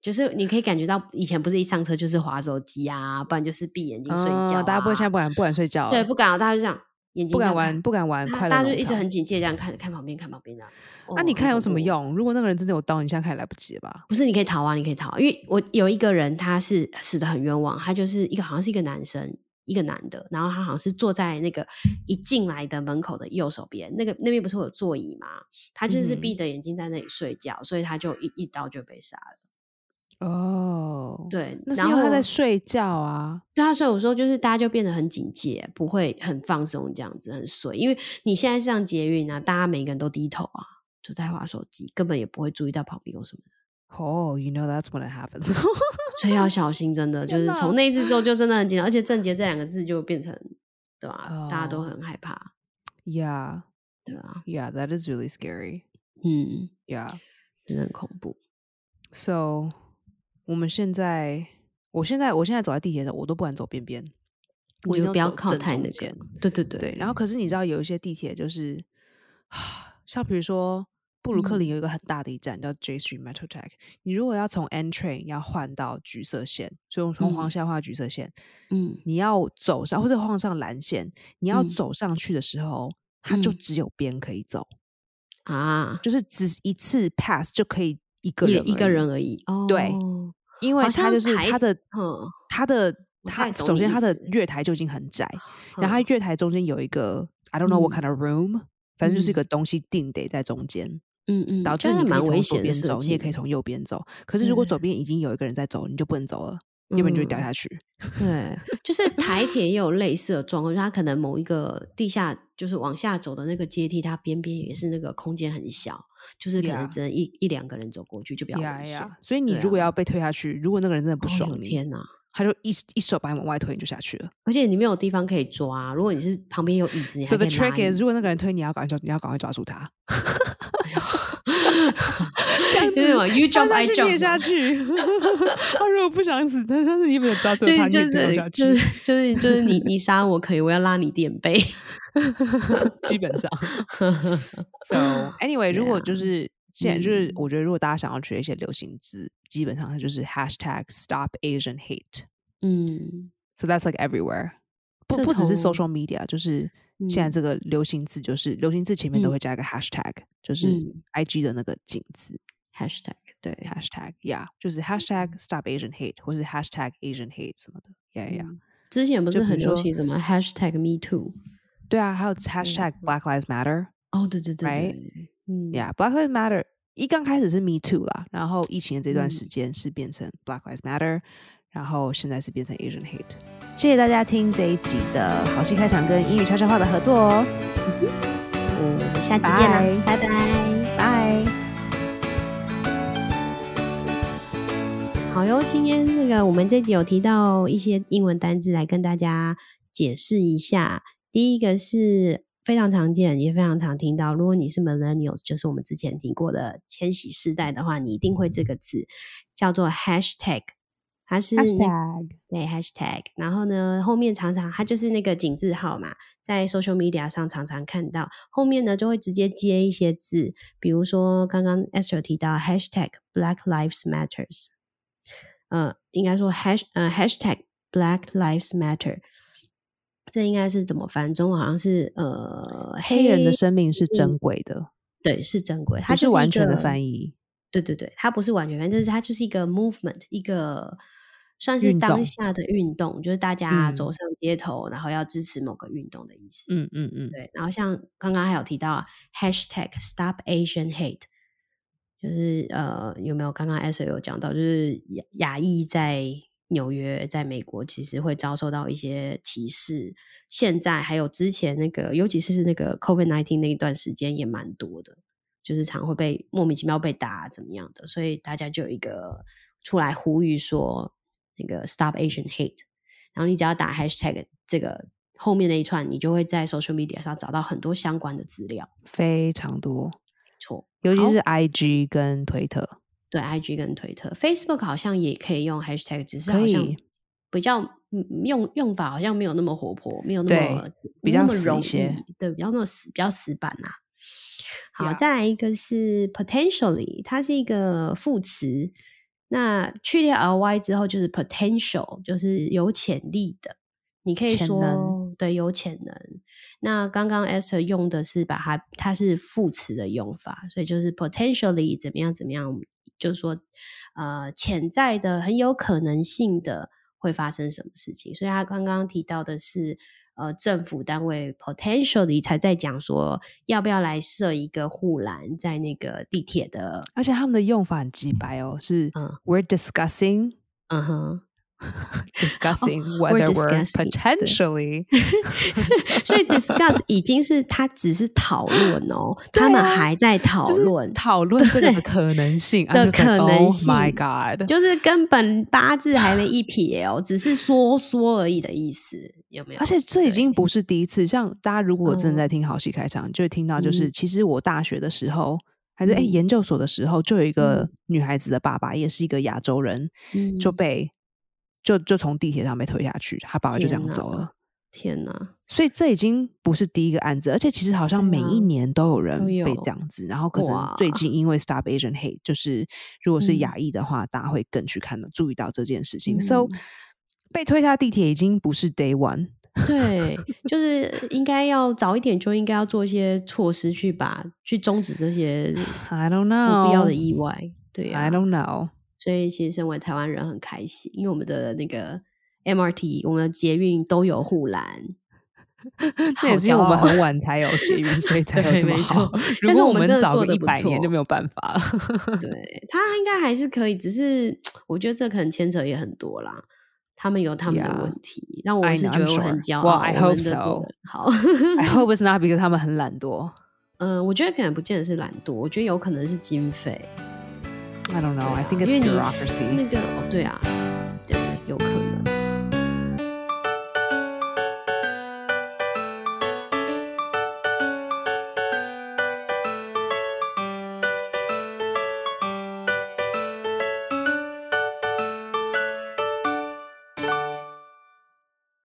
[SPEAKER 2] 就是你可以感觉到以前不是一上车就是划手机啊，不然就是闭眼睛睡觉、啊
[SPEAKER 1] 嗯大家不现在不敢不敢睡觉了，
[SPEAKER 2] 对，不敢、啊，大家就这样眼睛
[SPEAKER 1] 不
[SPEAKER 2] 这
[SPEAKER 1] 敢
[SPEAKER 2] 样看
[SPEAKER 1] 玩，不敢玩
[SPEAKER 2] 大
[SPEAKER 1] 快乐
[SPEAKER 2] 大家就
[SPEAKER 1] 农
[SPEAKER 2] 一直
[SPEAKER 1] 场
[SPEAKER 2] 很警戒，这样看看旁边，看旁边的、啊。哦
[SPEAKER 1] 那、你看有什么？
[SPEAKER 2] 好恐怖哦
[SPEAKER 1] 用？如果那个人真的有刀，你现在看也来不及了吧？
[SPEAKER 2] 不是，你可以逃啊，你可以逃啊，因为我有一个人，他是死的很冤枉，他就是一个好像是一个男生，一个男的，然后他好像是坐在那个一进来的门口的右手边，那个那边不是有座椅吗？他就是
[SPEAKER 1] 嗯哼
[SPEAKER 2] 闭着眼睛在那里睡觉，所以他就一一刀就被杀了。
[SPEAKER 1] 哦，，
[SPEAKER 2] 对，
[SPEAKER 1] 那是
[SPEAKER 2] 然
[SPEAKER 1] 因为
[SPEAKER 2] 后
[SPEAKER 1] 他在睡觉啊。
[SPEAKER 2] 对啊，所以我说就是大家就变得很警戒，不会很放松这样子，很随，因为你现在上捷运啊，大家每个人都低头啊，就在划手机，根本也不会注意到旁边有什么人。
[SPEAKER 1] 哦、y o u know that's when it happens
[SPEAKER 2] 所以要小心，真的就
[SPEAKER 1] 天
[SPEAKER 2] 是
[SPEAKER 1] 哪
[SPEAKER 2] 从那一次之后就真的很紧张，而且“正结”这两个字就变成，对吧、大家都
[SPEAKER 1] 哦
[SPEAKER 2] 很害怕，
[SPEAKER 1] yeah,
[SPEAKER 2] 对啊吧、
[SPEAKER 1] yeah, that is really scary.
[SPEAKER 2] 嗯，
[SPEAKER 1] Yeah,
[SPEAKER 2] 真的很恐怖。
[SPEAKER 1] so 我们现在，我现在，我现在走在地铁上，我都不敢走边边，
[SPEAKER 2] 你
[SPEAKER 1] 我一定
[SPEAKER 2] 就不要
[SPEAKER 1] 走
[SPEAKER 2] 靠
[SPEAKER 1] 正
[SPEAKER 2] 太
[SPEAKER 1] 中
[SPEAKER 2] 那个
[SPEAKER 1] 间。，
[SPEAKER 2] 对对对嗯
[SPEAKER 1] 对，然后可是你知道有一些地铁就是，啊像比如说布鲁克林
[SPEAKER 2] 嗯
[SPEAKER 1] 有一个很大的一站叫 J Street Metro Tech，你如果要从 N train 要换到橘色线，所以我们从黄
[SPEAKER 2] 嗯
[SPEAKER 1] 线换到橘色线，
[SPEAKER 2] 嗯，
[SPEAKER 1] 你要走上或者换上蓝线，你要
[SPEAKER 2] 嗯
[SPEAKER 1] 走上去的时候，它就
[SPEAKER 2] 嗯
[SPEAKER 1] 只有边可以走，
[SPEAKER 2] 啊，
[SPEAKER 1] 就是只一次 pass 就可以一个
[SPEAKER 2] 一
[SPEAKER 1] 人
[SPEAKER 2] 一个
[SPEAKER 1] 而已
[SPEAKER 2] 人而已，哦，
[SPEAKER 1] 对因为
[SPEAKER 2] 好
[SPEAKER 1] 它
[SPEAKER 2] 像
[SPEAKER 1] 就是
[SPEAKER 2] 台
[SPEAKER 1] 它的
[SPEAKER 2] 嗯，
[SPEAKER 1] 它的
[SPEAKER 2] 我大
[SPEAKER 1] 它
[SPEAKER 2] 概懂
[SPEAKER 1] 首
[SPEAKER 2] 你
[SPEAKER 1] 先
[SPEAKER 2] 意
[SPEAKER 1] 它的
[SPEAKER 2] 思
[SPEAKER 1] 月台就已经很窄，然后它
[SPEAKER 2] 嗯
[SPEAKER 1] 月台中间有一个 I don't know what kind of room，反正就是一
[SPEAKER 2] 嗯
[SPEAKER 1] 个东西定得在中间，
[SPEAKER 2] 嗯嗯，
[SPEAKER 1] 导
[SPEAKER 2] 这
[SPEAKER 1] 致
[SPEAKER 2] 样
[SPEAKER 1] 你可以
[SPEAKER 2] 蛮
[SPEAKER 1] 从左
[SPEAKER 2] 危险的
[SPEAKER 1] 边
[SPEAKER 2] 设
[SPEAKER 1] 走，你
[SPEAKER 2] 计
[SPEAKER 1] 也可以从右边走。可是如果
[SPEAKER 2] 对
[SPEAKER 1] 左边已经有一个人在走，你就不能走了，要不然你就会
[SPEAKER 2] 嗯
[SPEAKER 1] 掉下去。
[SPEAKER 2] 对，就是台铁也有类似的状况，就是它可能某一个地下就是往下走的那个阶梯，它边边也是那个空间很小，就是可能
[SPEAKER 1] Yeah
[SPEAKER 2] 只能一一两个人走过去，就比较
[SPEAKER 1] 呀
[SPEAKER 2] 危险。
[SPEAKER 1] 呀！所以你
[SPEAKER 2] 对
[SPEAKER 1] 如果
[SPEAKER 2] 啊
[SPEAKER 1] 要被推下去，如果那个人真的不
[SPEAKER 2] 哦
[SPEAKER 1] 爽
[SPEAKER 2] 哟
[SPEAKER 1] 你，
[SPEAKER 2] 天哪！
[SPEAKER 1] 他就一一手把你往外推，你就下去了。
[SPEAKER 2] 而且你没有地方可以抓，如果你是旁边有椅子，你哎还
[SPEAKER 1] So
[SPEAKER 2] 可
[SPEAKER 1] the
[SPEAKER 2] 以拉
[SPEAKER 1] trick
[SPEAKER 2] 椅
[SPEAKER 1] is，
[SPEAKER 2] 子。
[SPEAKER 1] 如果那个人推你，要赶快抓，你要赶快抓住他。
[SPEAKER 2] 就是什么 you jump I
[SPEAKER 1] 你
[SPEAKER 2] jump
[SPEAKER 1] 也
[SPEAKER 2] 嘛
[SPEAKER 1] 下去。他如果不想死，但但是你没有抓住
[SPEAKER 2] 就是
[SPEAKER 1] 他，你
[SPEAKER 2] 就
[SPEAKER 1] 也不用下
[SPEAKER 2] 是
[SPEAKER 1] 去。
[SPEAKER 2] 就是就是就是你你杀我可以，我要拉你垫 背。
[SPEAKER 1] 基本 上。So anyway，如果
[SPEAKER 2] 对啊
[SPEAKER 1] 就是现在就是
[SPEAKER 2] 嗯，
[SPEAKER 1] 我觉得如果大家想要学一些流行字，基本上它就是 hashtag stop Asian hate。
[SPEAKER 2] 嗯，
[SPEAKER 1] So that's like everywhere 不。
[SPEAKER 2] 这
[SPEAKER 1] 不只是
[SPEAKER 2] 从
[SPEAKER 1] social media，就是现在
[SPEAKER 2] 嗯
[SPEAKER 1] 这个流行字，就是、流行字前面都
[SPEAKER 2] 嗯
[SPEAKER 1] 会加一个 hashtag，、就是
[SPEAKER 2] 嗯
[SPEAKER 1] IG 的那个井字
[SPEAKER 2] hashtag 对
[SPEAKER 1] hashtag，yeah，就是 hashtag
[SPEAKER 2] 嗯
[SPEAKER 1] stop Asian hate 或是 hashtag Asian hate 什么的，yeah yeah，、
[SPEAKER 2] 嗯之前不
[SPEAKER 1] 就是比
[SPEAKER 2] 很
[SPEAKER 1] 如
[SPEAKER 2] 流
[SPEAKER 1] 说
[SPEAKER 2] 行什么 hashtag me too？
[SPEAKER 1] 对啊，还有 hashtag Black Lives Matter，yeah，Black
[SPEAKER 2] 哦，对对对
[SPEAKER 1] Right？
[SPEAKER 2] 对，嗯
[SPEAKER 1] Lives Matter。一刚开始是 Me Too 啦，然后疫情的这段时
[SPEAKER 2] 嗯
[SPEAKER 1] 间是变成 Black Lives Matter，然后现在是变成 Asian Hate。谢谢大家听这一集的好戏开场跟英语悄悄话的合作哦。嗯
[SPEAKER 2] 我们下期见啦，拜拜。
[SPEAKER 1] Bye.
[SPEAKER 2] 好哟，今天那个我们这集有提到一些英文单字来跟大家解释一下。第一个是非常常见，也非常常听到。如果你是 millennials，就是我们之前提过的千禧世代的话，你一定会这个词，叫做 hashtag。它是那
[SPEAKER 1] Hashtag
[SPEAKER 2] 对 hashtag，然后呢，后面常常它就是那个井字号嘛，在 social media 上常常看到，后面呢就会直接接一些字，比如说刚刚 Esther 提到 hashtag Black Lives Matters，呃，应该说 hash 呃 hashtag Black Lives Matter，这应该是怎么翻？中文好像是呃
[SPEAKER 1] 黑人的
[SPEAKER 2] 黑
[SPEAKER 1] 生命是珍贵的，
[SPEAKER 2] 对是珍贵，它
[SPEAKER 1] 不
[SPEAKER 2] 就是
[SPEAKER 1] 完全的
[SPEAKER 2] 译。
[SPEAKER 1] 翻译。
[SPEAKER 2] 对对对，它不是完全翻，但是它就是一个 movement，一个算是
[SPEAKER 1] 运动
[SPEAKER 2] 当下的运动，就是大家
[SPEAKER 1] 嗯
[SPEAKER 2] 走上街头，然后要支持某个运动的意思。
[SPEAKER 1] 嗯嗯嗯，
[SPEAKER 2] 对，然后像刚刚还有提到 hashtag Stop Asian Hate，就是呃有没有刚刚 S 有讲到，就是亚亚裔在纽约，在美国其实会遭受到一些歧视，现在还有之前那个，尤其是那个 COVID nineteen 那一段时间也蛮多的，就是常会被莫名其妙被打啊怎么样的，所以大家就有一个出来呼吁说那个 Stop Asian Hate。然后你只要打 hashtag 这个后面那一串，你就会在 social media 上找到很多相关的资料。
[SPEAKER 1] 非常多，
[SPEAKER 2] 没错，
[SPEAKER 1] 尤其
[SPEAKER 2] 好
[SPEAKER 1] 是 IG 跟推特。
[SPEAKER 2] 对，IG 跟推特、Facebook 好像也可以用 hashtag，只是
[SPEAKER 1] 可
[SPEAKER 2] 好像
[SPEAKER 1] 以
[SPEAKER 2] 比较嗯用用法好像没有那么活泼，没有那
[SPEAKER 1] 对
[SPEAKER 2] 么
[SPEAKER 1] 比
[SPEAKER 2] 没有
[SPEAKER 1] 较
[SPEAKER 2] 那么
[SPEAKER 1] 死一
[SPEAKER 2] 容
[SPEAKER 1] 些
[SPEAKER 2] 易，对，比较那么死，比较死板啦、好
[SPEAKER 1] Yeah
[SPEAKER 2] 再来一个是 potentially，它是一个副词，那去掉 ly 之后就是 potential，就是有潜力的。你可以
[SPEAKER 1] 潜
[SPEAKER 2] 说
[SPEAKER 1] 能
[SPEAKER 2] 对有潜能。那刚刚 Esther 用的是把它，它是副词的用法，所以就是 potentially 怎么样怎么样，就是说呃潜在的很有可能性的会发生什么事情。所以他刚刚提到的是呃政府单位 potentially 才在讲说要不要来设一个护栏在那个地铁的，
[SPEAKER 1] 而且他们的用法很鸡白哦，是
[SPEAKER 2] 嗯
[SPEAKER 1] We're discussing
[SPEAKER 2] 嗯哼。
[SPEAKER 1] discussing whether we're
[SPEAKER 2] discussing，对
[SPEAKER 1] potentially
[SPEAKER 2] 所 以 discuss 已经是他只是讨论哦，
[SPEAKER 1] 对
[SPEAKER 2] 他们
[SPEAKER 1] 啊
[SPEAKER 2] 还在讨
[SPEAKER 1] 就是
[SPEAKER 2] 论，
[SPEAKER 1] 讨论这个
[SPEAKER 2] 对
[SPEAKER 1] 的可能性
[SPEAKER 2] 的
[SPEAKER 1] I'm just like,
[SPEAKER 2] 可能
[SPEAKER 1] Oh
[SPEAKER 2] 性
[SPEAKER 1] my God！
[SPEAKER 2] 就是根本八字还没一撇哦，只是说说而已的意思，有没有？
[SPEAKER 1] 而且这已
[SPEAKER 2] 对
[SPEAKER 1] 经不是第一次，像大家如果真
[SPEAKER 2] 嗯
[SPEAKER 1] 的在听好戏开场，就会听到就是，
[SPEAKER 2] 嗯
[SPEAKER 1] 其实我大学的时候，还是哎、诶
[SPEAKER 2] 嗯
[SPEAKER 1] 研究所的时候，就有一个
[SPEAKER 2] 嗯
[SPEAKER 1] 女孩子的爸爸，也是一个亚洲人，就
[SPEAKER 2] 嗯
[SPEAKER 1] 被就就从地铁上被推下去，他爸爸就这
[SPEAKER 2] 天
[SPEAKER 1] 样
[SPEAKER 2] 哪
[SPEAKER 1] 走了。
[SPEAKER 2] 天哪，
[SPEAKER 1] 所以这已经不是第一个案子，而且其实好像
[SPEAKER 2] 对
[SPEAKER 1] 每
[SPEAKER 2] 啊
[SPEAKER 1] 一年都有人
[SPEAKER 2] 都
[SPEAKER 1] 被
[SPEAKER 2] 有
[SPEAKER 1] 这样子，然后可能
[SPEAKER 2] 哇
[SPEAKER 1] 最近因为 Stop Asian Hate，就是如果是
[SPEAKER 2] 嗯
[SPEAKER 1] 亚裔的话，大家会更去看到注意到这件事情。
[SPEAKER 2] 嗯
[SPEAKER 1] So 被推下地铁已经不是 Day One，
[SPEAKER 2] 对，就是应该要早一点就应该要做一些措施去把去终止 这些
[SPEAKER 1] I don't
[SPEAKER 2] 不
[SPEAKER 1] know
[SPEAKER 2] 必要的意外，对
[SPEAKER 1] 哦
[SPEAKER 2] 啊
[SPEAKER 1] I。don't know。
[SPEAKER 2] 所以其实身为台湾人很开心，因为我们的那个 MRT，我们的捷运都有护栏，
[SPEAKER 1] 那
[SPEAKER 2] 好
[SPEAKER 1] 也是因
[SPEAKER 2] 骄
[SPEAKER 1] 为我们
[SPEAKER 2] 傲。
[SPEAKER 1] 很晚才有捷运，所以才
[SPEAKER 2] 对
[SPEAKER 1] 有这么
[SPEAKER 2] 没
[SPEAKER 1] 好
[SPEAKER 2] 错。
[SPEAKER 1] 如
[SPEAKER 2] 但是
[SPEAKER 1] 果
[SPEAKER 2] 我们真的
[SPEAKER 1] 早
[SPEAKER 2] 做
[SPEAKER 1] 个
[SPEAKER 2] 得
[SPEAKER 1] 一
[SPEAKER 2] 不
[SPEAKER 1] 百年
[SPEAKER 2] 错
[SPEAKER 1] 就没有办法了。
[SPEAKER 2] 对，它应该还是可以，只是我觉得这可能牵扯也很多啦。他们有他们的问
[SPEAKER 1] Yeah.
[SPEAKER 2] 题。那我
[SPEAKER 1] I
[SPEAKER 2] 是
[SPEAKER 1] know,
[SPEAKER 2] 觉
[SPEAKER 1] I'm
[SPEAKER 2] 得我很
[SPEAKER 1] sure.
[SPEAKER 2] 骄
[SPEAKER 1] Well,
[SPEAKER 2] 傲
[SPEAKER 1] I
[SPEAKER 2] 我们
[SPEAKER 1] hope
[SPEAKER 2] 的
[SPEAKER 1] so.
[SPEAKER 2] 做得好。
[SPEAKER 1] I hope it's not because 他们很懒惰。
[SPEAKER 2] 嗯，我觉得可能不见得是懒惰，我觉得有可能是经费。
[SPEAKER 1] I don't know. I think
[SPEAKER 2] 对啊因为
[SPEAKER 1] it's
[SPEAKER 2] 你
[SPEAKER 1] bureaucracy.
[SPEAKER 2] 那个哦，对啊，对，有可能。